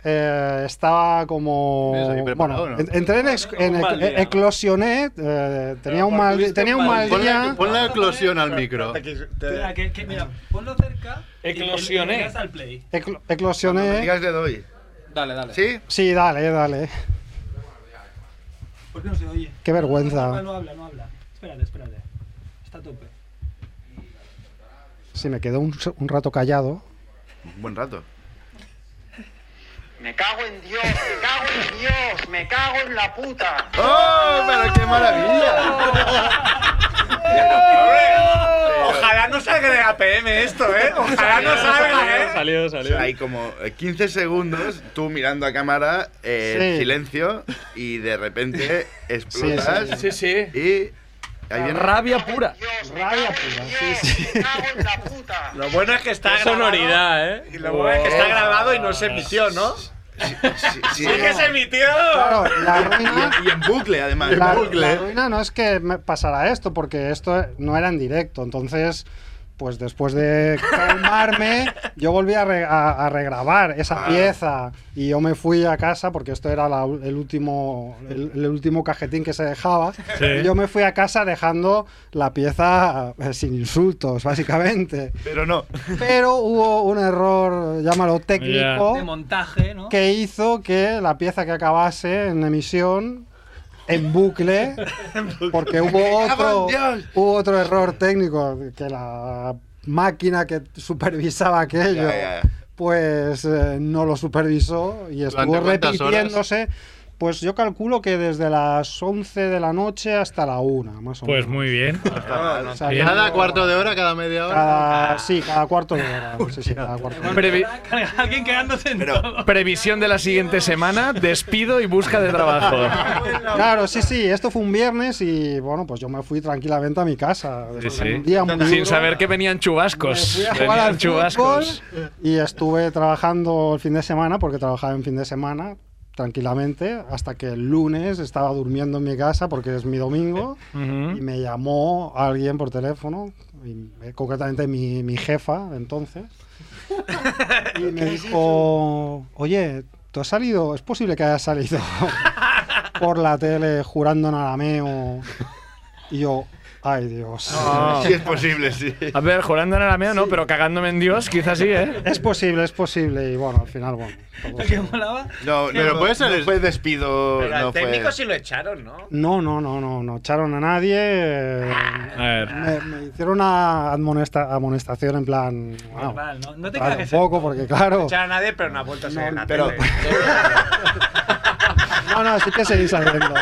eh, estaba como...
Vienes aquí preparado,
Bueno,
¿no?
en- entré en, ex- en
un
ec-
mal día, ¿no?
eclosioné, eh, tenía, un mal, tenía un mal
Ponle-
día...
Pon la eclosión al micro.
Espera, que, que mira, ponlo cerca. y-
Eclosioné.
y le das al play.
Ecl-
¿Eh?
eclosioné...
le doy.
Dale, dale.
¿Sí?
Sí, dale, dale.
¿Por qué no se oye?
Qué
No,
vergüenza.
no habla, no habla. Espérate, espérate. Está a tope.
Sí, me quedó un, se- un rato callado.
Un buen rato.
Me cago en Dios, me cago en Dios, me cago en la puta.
¡Oh, pero qué maravilla!
Ojalá no salga de APM esto, ¿eh? Ojalá no salga, ¿eh?
Salió, salió.
Hay como eh, 15 segundos, tú mirando a cámara, eh,
Sí.
silencio, y de repente explotas.
Sí,
Y ahí viene.
Rabia pura.
Rabia pura.
Lo bueno es que está
Qué
grabado.
sonoridad, ¿eh?
Y lo bueno es que está grabado y no se emitió, ¿no?
Sí, eh.
¡Sí que se emitió!
Claro, la ruina...
Y en bucle, además.
la,
¿eh?
la ruina no es que me pasara esto, porque esto no era en directo. Entonces, pues después de calmarme, yo volví a, re- a- a regrabar esa
Ah.
pieza y yo me fui a casa, porque esto era la u- el, último, el, el último cajetín que se dejaba. y Yo me fui a casa dejando la pieza eh, sin insultos, básicamente.
Pero no.
Pero hubo un error, llámalo técnico
De montaje, ¿no?
que hizo que la pieza que acabase en emisión en bucle porque hubo otro
¡Me cago en Dios!
hubo otro error técnico que la máquina que supervisaba aquello
Ya, ya.
pues eh, no lo supervisó y estuvo
cuántas horas?
repitiéndose pues yo calculo que desde las 11 de la noche hasta la 1 más o
Pues
menos
muy bien.
O sea,
bien.
que
Cada cuarto de hora, cada media hora.
cada- sí cada cuarto de hora sí, sí, cada cuarto de hora.
Previ-
Alguien quedándose en todo.
previsión de la siguiente semana, despido y busca de trabajo.
Claro, sí, sí, esto fue un viernes y bueno, pues yo me fui tranquilamente a mi casa.
Sí,
Después de
sí.
Un día muy
Sin
duro,
saber que venían chubascos.
Fui a jugar
Venían
al
chubascos.
fútbol y estuve trabajando el fin de semana, porque trabajaba en fin de semana tranquilamente, hasta que el lunes estaba durmiendo en mi casa porque es mi domingo y
Ujú.
me llamó alguien por teléfono, y, eh, concretamente mi, mi jefa de entonces, y me dijo, oye, ¿tú has salido? ¿Es posible que hayas salido por la tele jurando en arameo? Y yo, ay Dios.
Si es posible, sí.
A ver, jurando en arameo no, pero cagándome en Dios, quizás sí, ¿eh?
Es posible, es posible, y bueno, al final, bueno. todo
Lo
se-
que molaba.
No,
Pero
no,
puede ser
no
el-
fue despido.
Pero
no
al técnico
fue...
sí lo echaron, ¿no?
No, no, no, no, no echaron a nadie. eh,
A ver.
Me, me hicieron una admonesta- amonestación en plan. Wow,
Normal, ¿no? No te
claro, un
cagues.
poco, porque claro.
Echaron a nadie, pero no ha vuelto a ser en la
pero-
tele.
No, no, sí que seguís saliendo.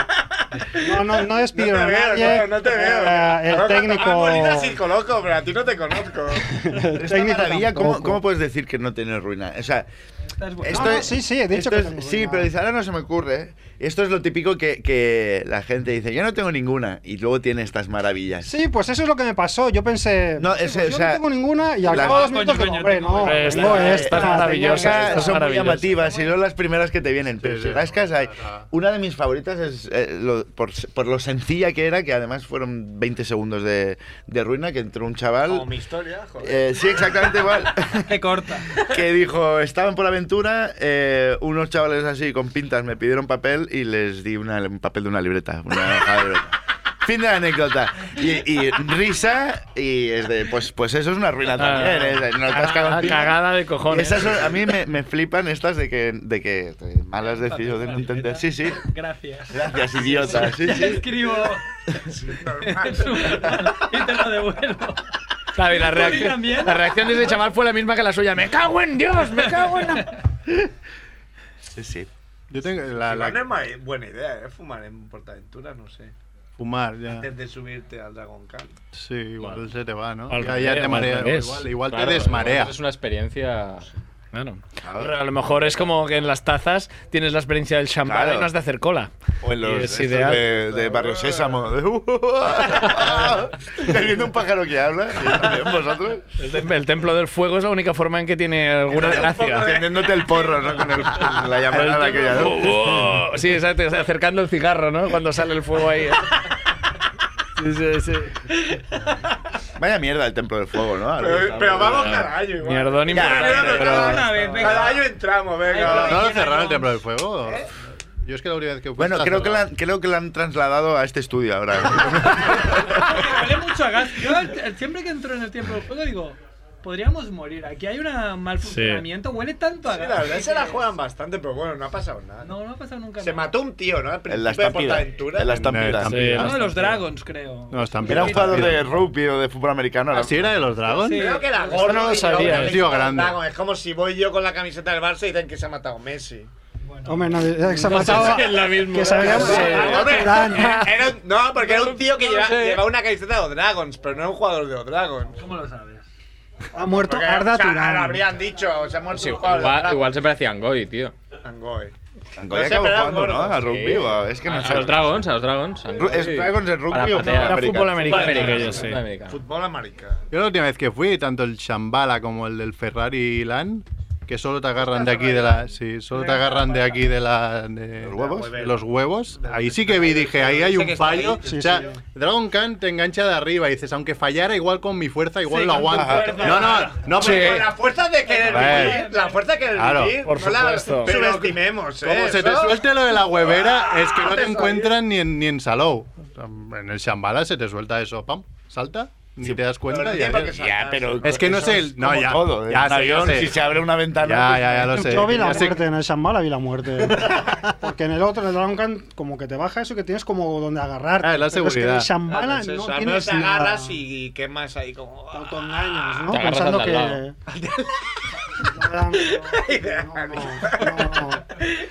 No, no, no despidieron
no te
a
veo,
nadie.
claro, no te veo. Ah,
Eh, el
Conozco a Tomás Molina sí
técnico.
coloco, pero a ti no te conozco.
El
Esta
técnico
maravilla, ¿cómo,
tampoco.
cómo puedes decir que no tienes ruina? O sea,
Estás bueno.
esto
no,
es-
sí, sí, he dicho
esto
que
es-
tengo
Sí,
ruina.
pero dices, ahora no se me ocurre. Esto es lo típico que, que la gente dice, yo no tengo ninguna. Y luego tiene estas maravillas.
Sí, pues eso es lo que me pasó. Yo pensé.
No,
sí,
ese,
pues
o
yo
sea,
no tengo ninguna y al
la-
cabo de dos
Coño,
minutos digo,
coño,
hombre,
tengo
no.
esta,
Tengo
esta es
esta. tengo
maravillosa,
esta.
Estas son muy
maravillosas.
llamativas y no las primeras que te vienen, pero
Sí,
si
sí,
rascas
no,
hay...
no, no.
Una de mis favoritas es eh, lo- por, por lo sencilla que era, que además fueron 20 segundos de, de ruina, que entró un
Como
chaval...
mi historia, joder.
eh, sí, exactamente igual.
Qué corta.
que dijo, estaban por aventura, eh, unos chavales así con pintas me pidieron papel y les di una- un papel de una libreta, una hoja de libreta. Fin de la anécdota. Y, y risa, y es de, pues, pues eso es una ruina también. es de, no te has cagado
Cagada-
encima.
Ah. cagada de cojones.
Esas son- a mí me, me flipan estas de que, de que de malas decisiones no entender. Sí, sí.
Gracias.
Gracias, idiota. Sí,
Te
sí.
escribo. Es normal. y te lo devuelvo.
Claro, y la,
¿Tú
reacción-
también?
la reacción de ese chaval fue la misma que la suya. ¡Me cago en Dios! ¡Me cago en la...
Sí, sí.
Yo tengo la,
Igual no
la
es ma- buena idea, ¿eh? Fumar en Portaventura, no sé.
fumar ya.
Antes de subirte al Dragon Khan.
Sí, igual se te va, ¿no?
Al
Ya,
revés,
ya te
al
marea.
revés.
Igual, igual
Claro,
te desmarea.
igual Es una experiencia.
Claro. A lo mejor es como que en las tazas tienes la experiencia del champán
Claro.
y no has de hacer cola.
O en
Y
los
es
estos
ideal.
de, de Barrio Sésamo. Teniendo un pájaro que habla. y también vosotros?
El, tem- el templo del fuego es la única forma en que tiene alguna gracia.
Encendiéndote el porro, ¿no? Con, el- con la llamada de aquella, ¿no?
Oh, oh. Sí, exacto, o sea, acercando el cigarro, ¿no? Cuando sale el fuego ahí. Sí, sí, sí.
Vaya mierda el Templo del Fuego, ¿no?
Pero, pero vamos cada año igual.
Mierdón
Ya,
importante,
pero-
pero-
Una vez, venga.
Cada año entramos, venga.
Ay,
¿No lo
Indiana
cerraron el
Jones.
Templo del Fuego?
¿Eh?
Yo es que la última vez que fui
Bueno,
está
creo que, la,
cerrado.
creo que la han trasladado a este estudio ahora.
Porque huele mucho a gas. Yo eh, siempre que entro en el tiempo del juego digo, podríamos morir. Aquí hay un mal funcionamiento, huele tanto a
Sí, la
gas.
verdad se la juegan bastante, pero bueno, no ha pasado nada.
No, no ha pasado nunca.
Se
nada.
mató un tío, ¿no? Al
en
principio de
la estampida.
Portaventura.
En la
No,
estampida.
Estampida.
Uno de los Dragons, creo.
No, está en
Era un jugador
Pilar.
de rugby o de fútbol americano. era-
¿Ah, sí era de los dragones?
Sí.
Creo que era
Eso
gordo.
no lo
y
sabía,
luego
eh.
le
Tío
quitaron
grande.
Dragon. Es como si voy yo con la camiseta del Barça y dicen que se ha matado Messi.
Bueno,
Hombre, no, que se ha matado.
Es la misma.
Que sabíamos.
Ah, hombre,
Durán.
era un- no, porque era un tío que lleva- llevaba una camiseta de los Dragons, pero no era un jugador de los Dragons.
¿Cómo lo sabes?
Ha muerto
Porque, o
Arda
sea, lo
Turán.
habrían dicho, o sea, ha muerto
Sí,
un jugador de los
igual,
Dragons.
igual se parecía a Angoi, tío.
Angoy.
Goya
No sé,
acabó
pero era
jugando, ¿no?
gordo.
A rugby. o- Es que no
A
sé.
Ah, los Dragons, a los Dragons.
Ru- ¿Es Dragons en rugby o fútbol
Era
Era fútbol americano,
americano?
América,
que yo sé.
Fútbol americano.
Yo la última vez que fui, tanto el Shambhala como el del Ferrari Land, que solo te agarran de aquí de la. Sí, solo te agarran de aquí de la. de-
¿Los huevos?
de los huevos. Ahí sí que vi, dije, ahí hay un fallo. O sea, Dragon Khan te engancha de arriba y dices, aunque fallara, igual con mi fuerza, igual
Sí,
lo
con tu
aguanto.
fuerza.
No, no, no,
Hombre,
porque-
con la fuerza de querer
A ver.
vivir, la fuerza de querer
Claro,
vivir,
por
no la
supuesto. Pero
subestimemos, ¿eh?
Como se te
Eso-
suelte lo de la huevera, es que no te
Eso,
encuentran ni en, ni en Salou. En el Shambhala se te suelta eso, pam, salta, ni te das
Pero
cuenta.
no
y ya
tiene por qué
tienes-
saltar.
Ya, pero
Es que no
eso
sé el- no,
como
ya,
todo, ¿eh?
ya
Un
sé,
avión,
ya sé.
si se abre una ventana.
ya,
pues-
ya, ya lo sé.
Yo vi la
Ya sé-
muerte, en el Shambhala vi la muerte. Porque en el otro, en el Dragon Khan, como que te baja eso que tienes como donde agarrarte.
Ah, la
Pero es que en el
seguridad.
Shambhala
Pues eso,
no
al menos
tienes
te
nada.
agarras y, y quemas ahí como.
Te autoengañas, ¿no?
Te agarras
Pensando
al
que.
de al lado.
No, no, no, no.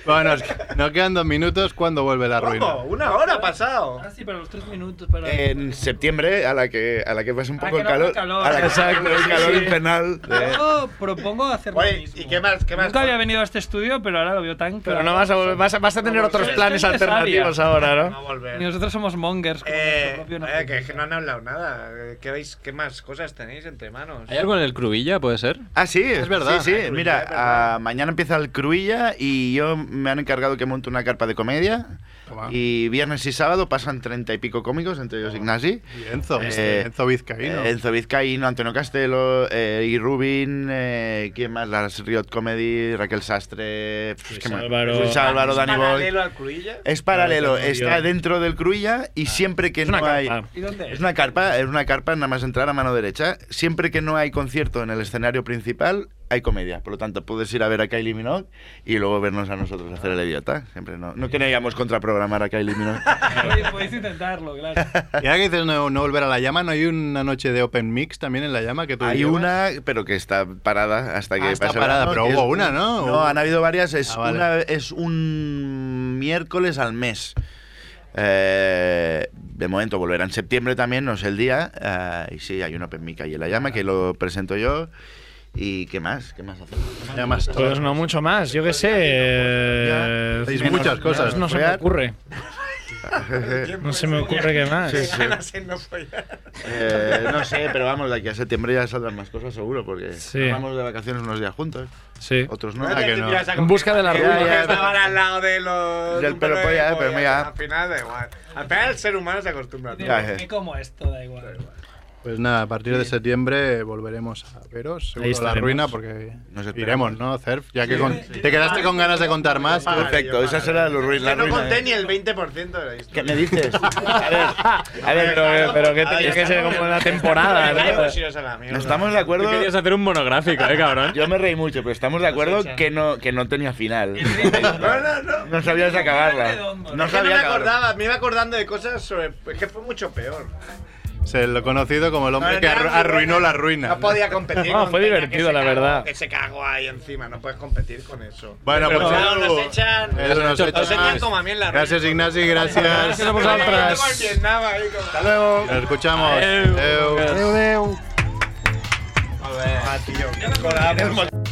Bueno, es que nos quedan dos minutos. ¿Cuándo vuelve la ruina?
Oh, una hora ha pasado.
Ah, sí, pero los tres minutos para.
Eh,
En septiembre, a la que, a la que pase un
Ah,
poco
que
el
no hace
calor.
calor.
A la que
Exacto,
el
sí,
calor
sí.
infernal. de-
Yo propongo hacer lo
eh. Oye,
mismo.
¿y qué más? ¿Qué más?
Nunca había venido a este estudio, pero ahora lo veo tan claro.
Pero no vas a, volver- vas a, vas a tener otros
es
planes
necesaria.
alternativos ahora,
No
¿no?
Ni
volver.
nosotros somos mongers. Como nuestro
Eh,
propio
eh, que,
nombre.
que no han hablado nada. Eh, ¿Qué, veis, ¿Qué más cosas tenéis entre manos?
¿Hay algo en el Crubilla, puede ser?
Ah, sí, es
verdad.
Sí, sí.
Cruilla,
Mira,
es verdad.
ah, mañana empieza el Cruilla y yo me han encargado que monte una carpa de comedia.
Toma.
Y viernes y sábado pasan treinta y pico cómicos, entre ellos Ignasi.
Y Enzo, este,
Eh,
Enzo Vizcaíno.
Eh, Enzo Vizcaíno, Antonio Castelo eh, y Rubin. eh, ¿Quién más? Las Riot Comedy, Raquel Sastre. pf,
Luis
¿qué más?
Álvaro.
Luis Álvaro,
¿Es
Dani Boy.
paralelo al Cruilla?
Es paralelo,
Paralelo,
está
yo. Ah,
dentro del Cruilla y siempre que
Es
no
una
hay.
carpa.
¿Y dónde?
Es una carpa, es una carpa, nada más entrar a mano derecha. Siempre que no hay concierto en el escenario principal, hay comedia. Por lo tanto, puedes ir a ver a Kylie Minogue y luego vernos a nosotros hacer el idiota. Siempre no. No queríamos contraprogramar a Kylie Minogue.
Oye, Podéis intentarlo, claro.
Y ahora que dices no, no volver a la llama, ¿no hay una noche de Open Mix también en la llama que tú
Hay
llevas?
una, pero que está parada hasta que
Ah, está
pase
parada,
verano,
pero
que
hubo
es-
una, ¿no?
No, han habido varias. Es,
Ah, vale.
una, es un miércoles al mes. Eh, de momento volverá en septiembre también, no sé el día. eh, y sí, hay una open mic ahí en la llama que lo presento yo. ¿Y qué más? ¿Qué más hacemos?
Llamas
Pues
todas.
no mucho más, yo qué sé. eh,
Hacéis
menos-
muchas cosas.
No se me ocurre. Eh, No se me ocurre qué más.
Ganas en Ah, no follar.
Eh, no sé, pero vamos, de aquí a septiembre ya saldrán más cosas seguro, porque
Sí.
nos vamos de vacaciones unos días juntos,
Sí.
otros no.
Ah, que no.
Te tiras a
En busca de la eh.
Que
ruina.
que
ya,
estaban al lado de los. pues,
Del
un pelo
pelo polla,
de
eh, pero
polla.
mira.
Al final da igual. Al final el ser humano se acostumbra a todo.
Ya, eh.
Me como esto, da igual.
Pues nada, a partir de septiembre volveremos a veros. Seguro la
estaremos.
ruina porque
Nos
iremos,
esperamos.
¿no, Cerf? Ya que
Sí.
con- te quedaste con ganas de contar más.
Vale,
Perfecto, esa será la ruina.
Que
la
no
ruina,
conté
¿eh?
ni el 20% de la historia.
¿Qué me dices? A ver, a ver,
Pero, pero que
Ah, ya
tenía que ser
estamos
como
en-
una temporada, ¿no?
No estamos de acuerdo.
Tú querías hacer un monográfico, eh, cabrón.
Yo me reí mucho, pero estamos
Pues
de acuerdo que no, que no tenía final.
No, no, no.
No sabías acabarla. No
Es que no me
sabía acabarla.
acordaba, me iba acordando de cosas sobre. Es que fue mucho peor.
Se lo conocido como el hombre
No,
que
no,
arru-
no,
arruinó
no,
la ruina.
No podía competir.
No,
con
fue
Peña,
divertido,
que se
la
cagó-
verdad.
Que se cagó ahí encima, no puedes competir con eso.
Bueno,
Pero
pues
claro,
Edu,
nos echan.
Edu, nos
nos
echan.
echan como a mí en la
Gracias, Ignasi, gracias.
Gracias a vosotras.
Hasta
luego. Nos escuchamos. Adeu.
Adeu, adeu.
tío. qué colado.
Oh,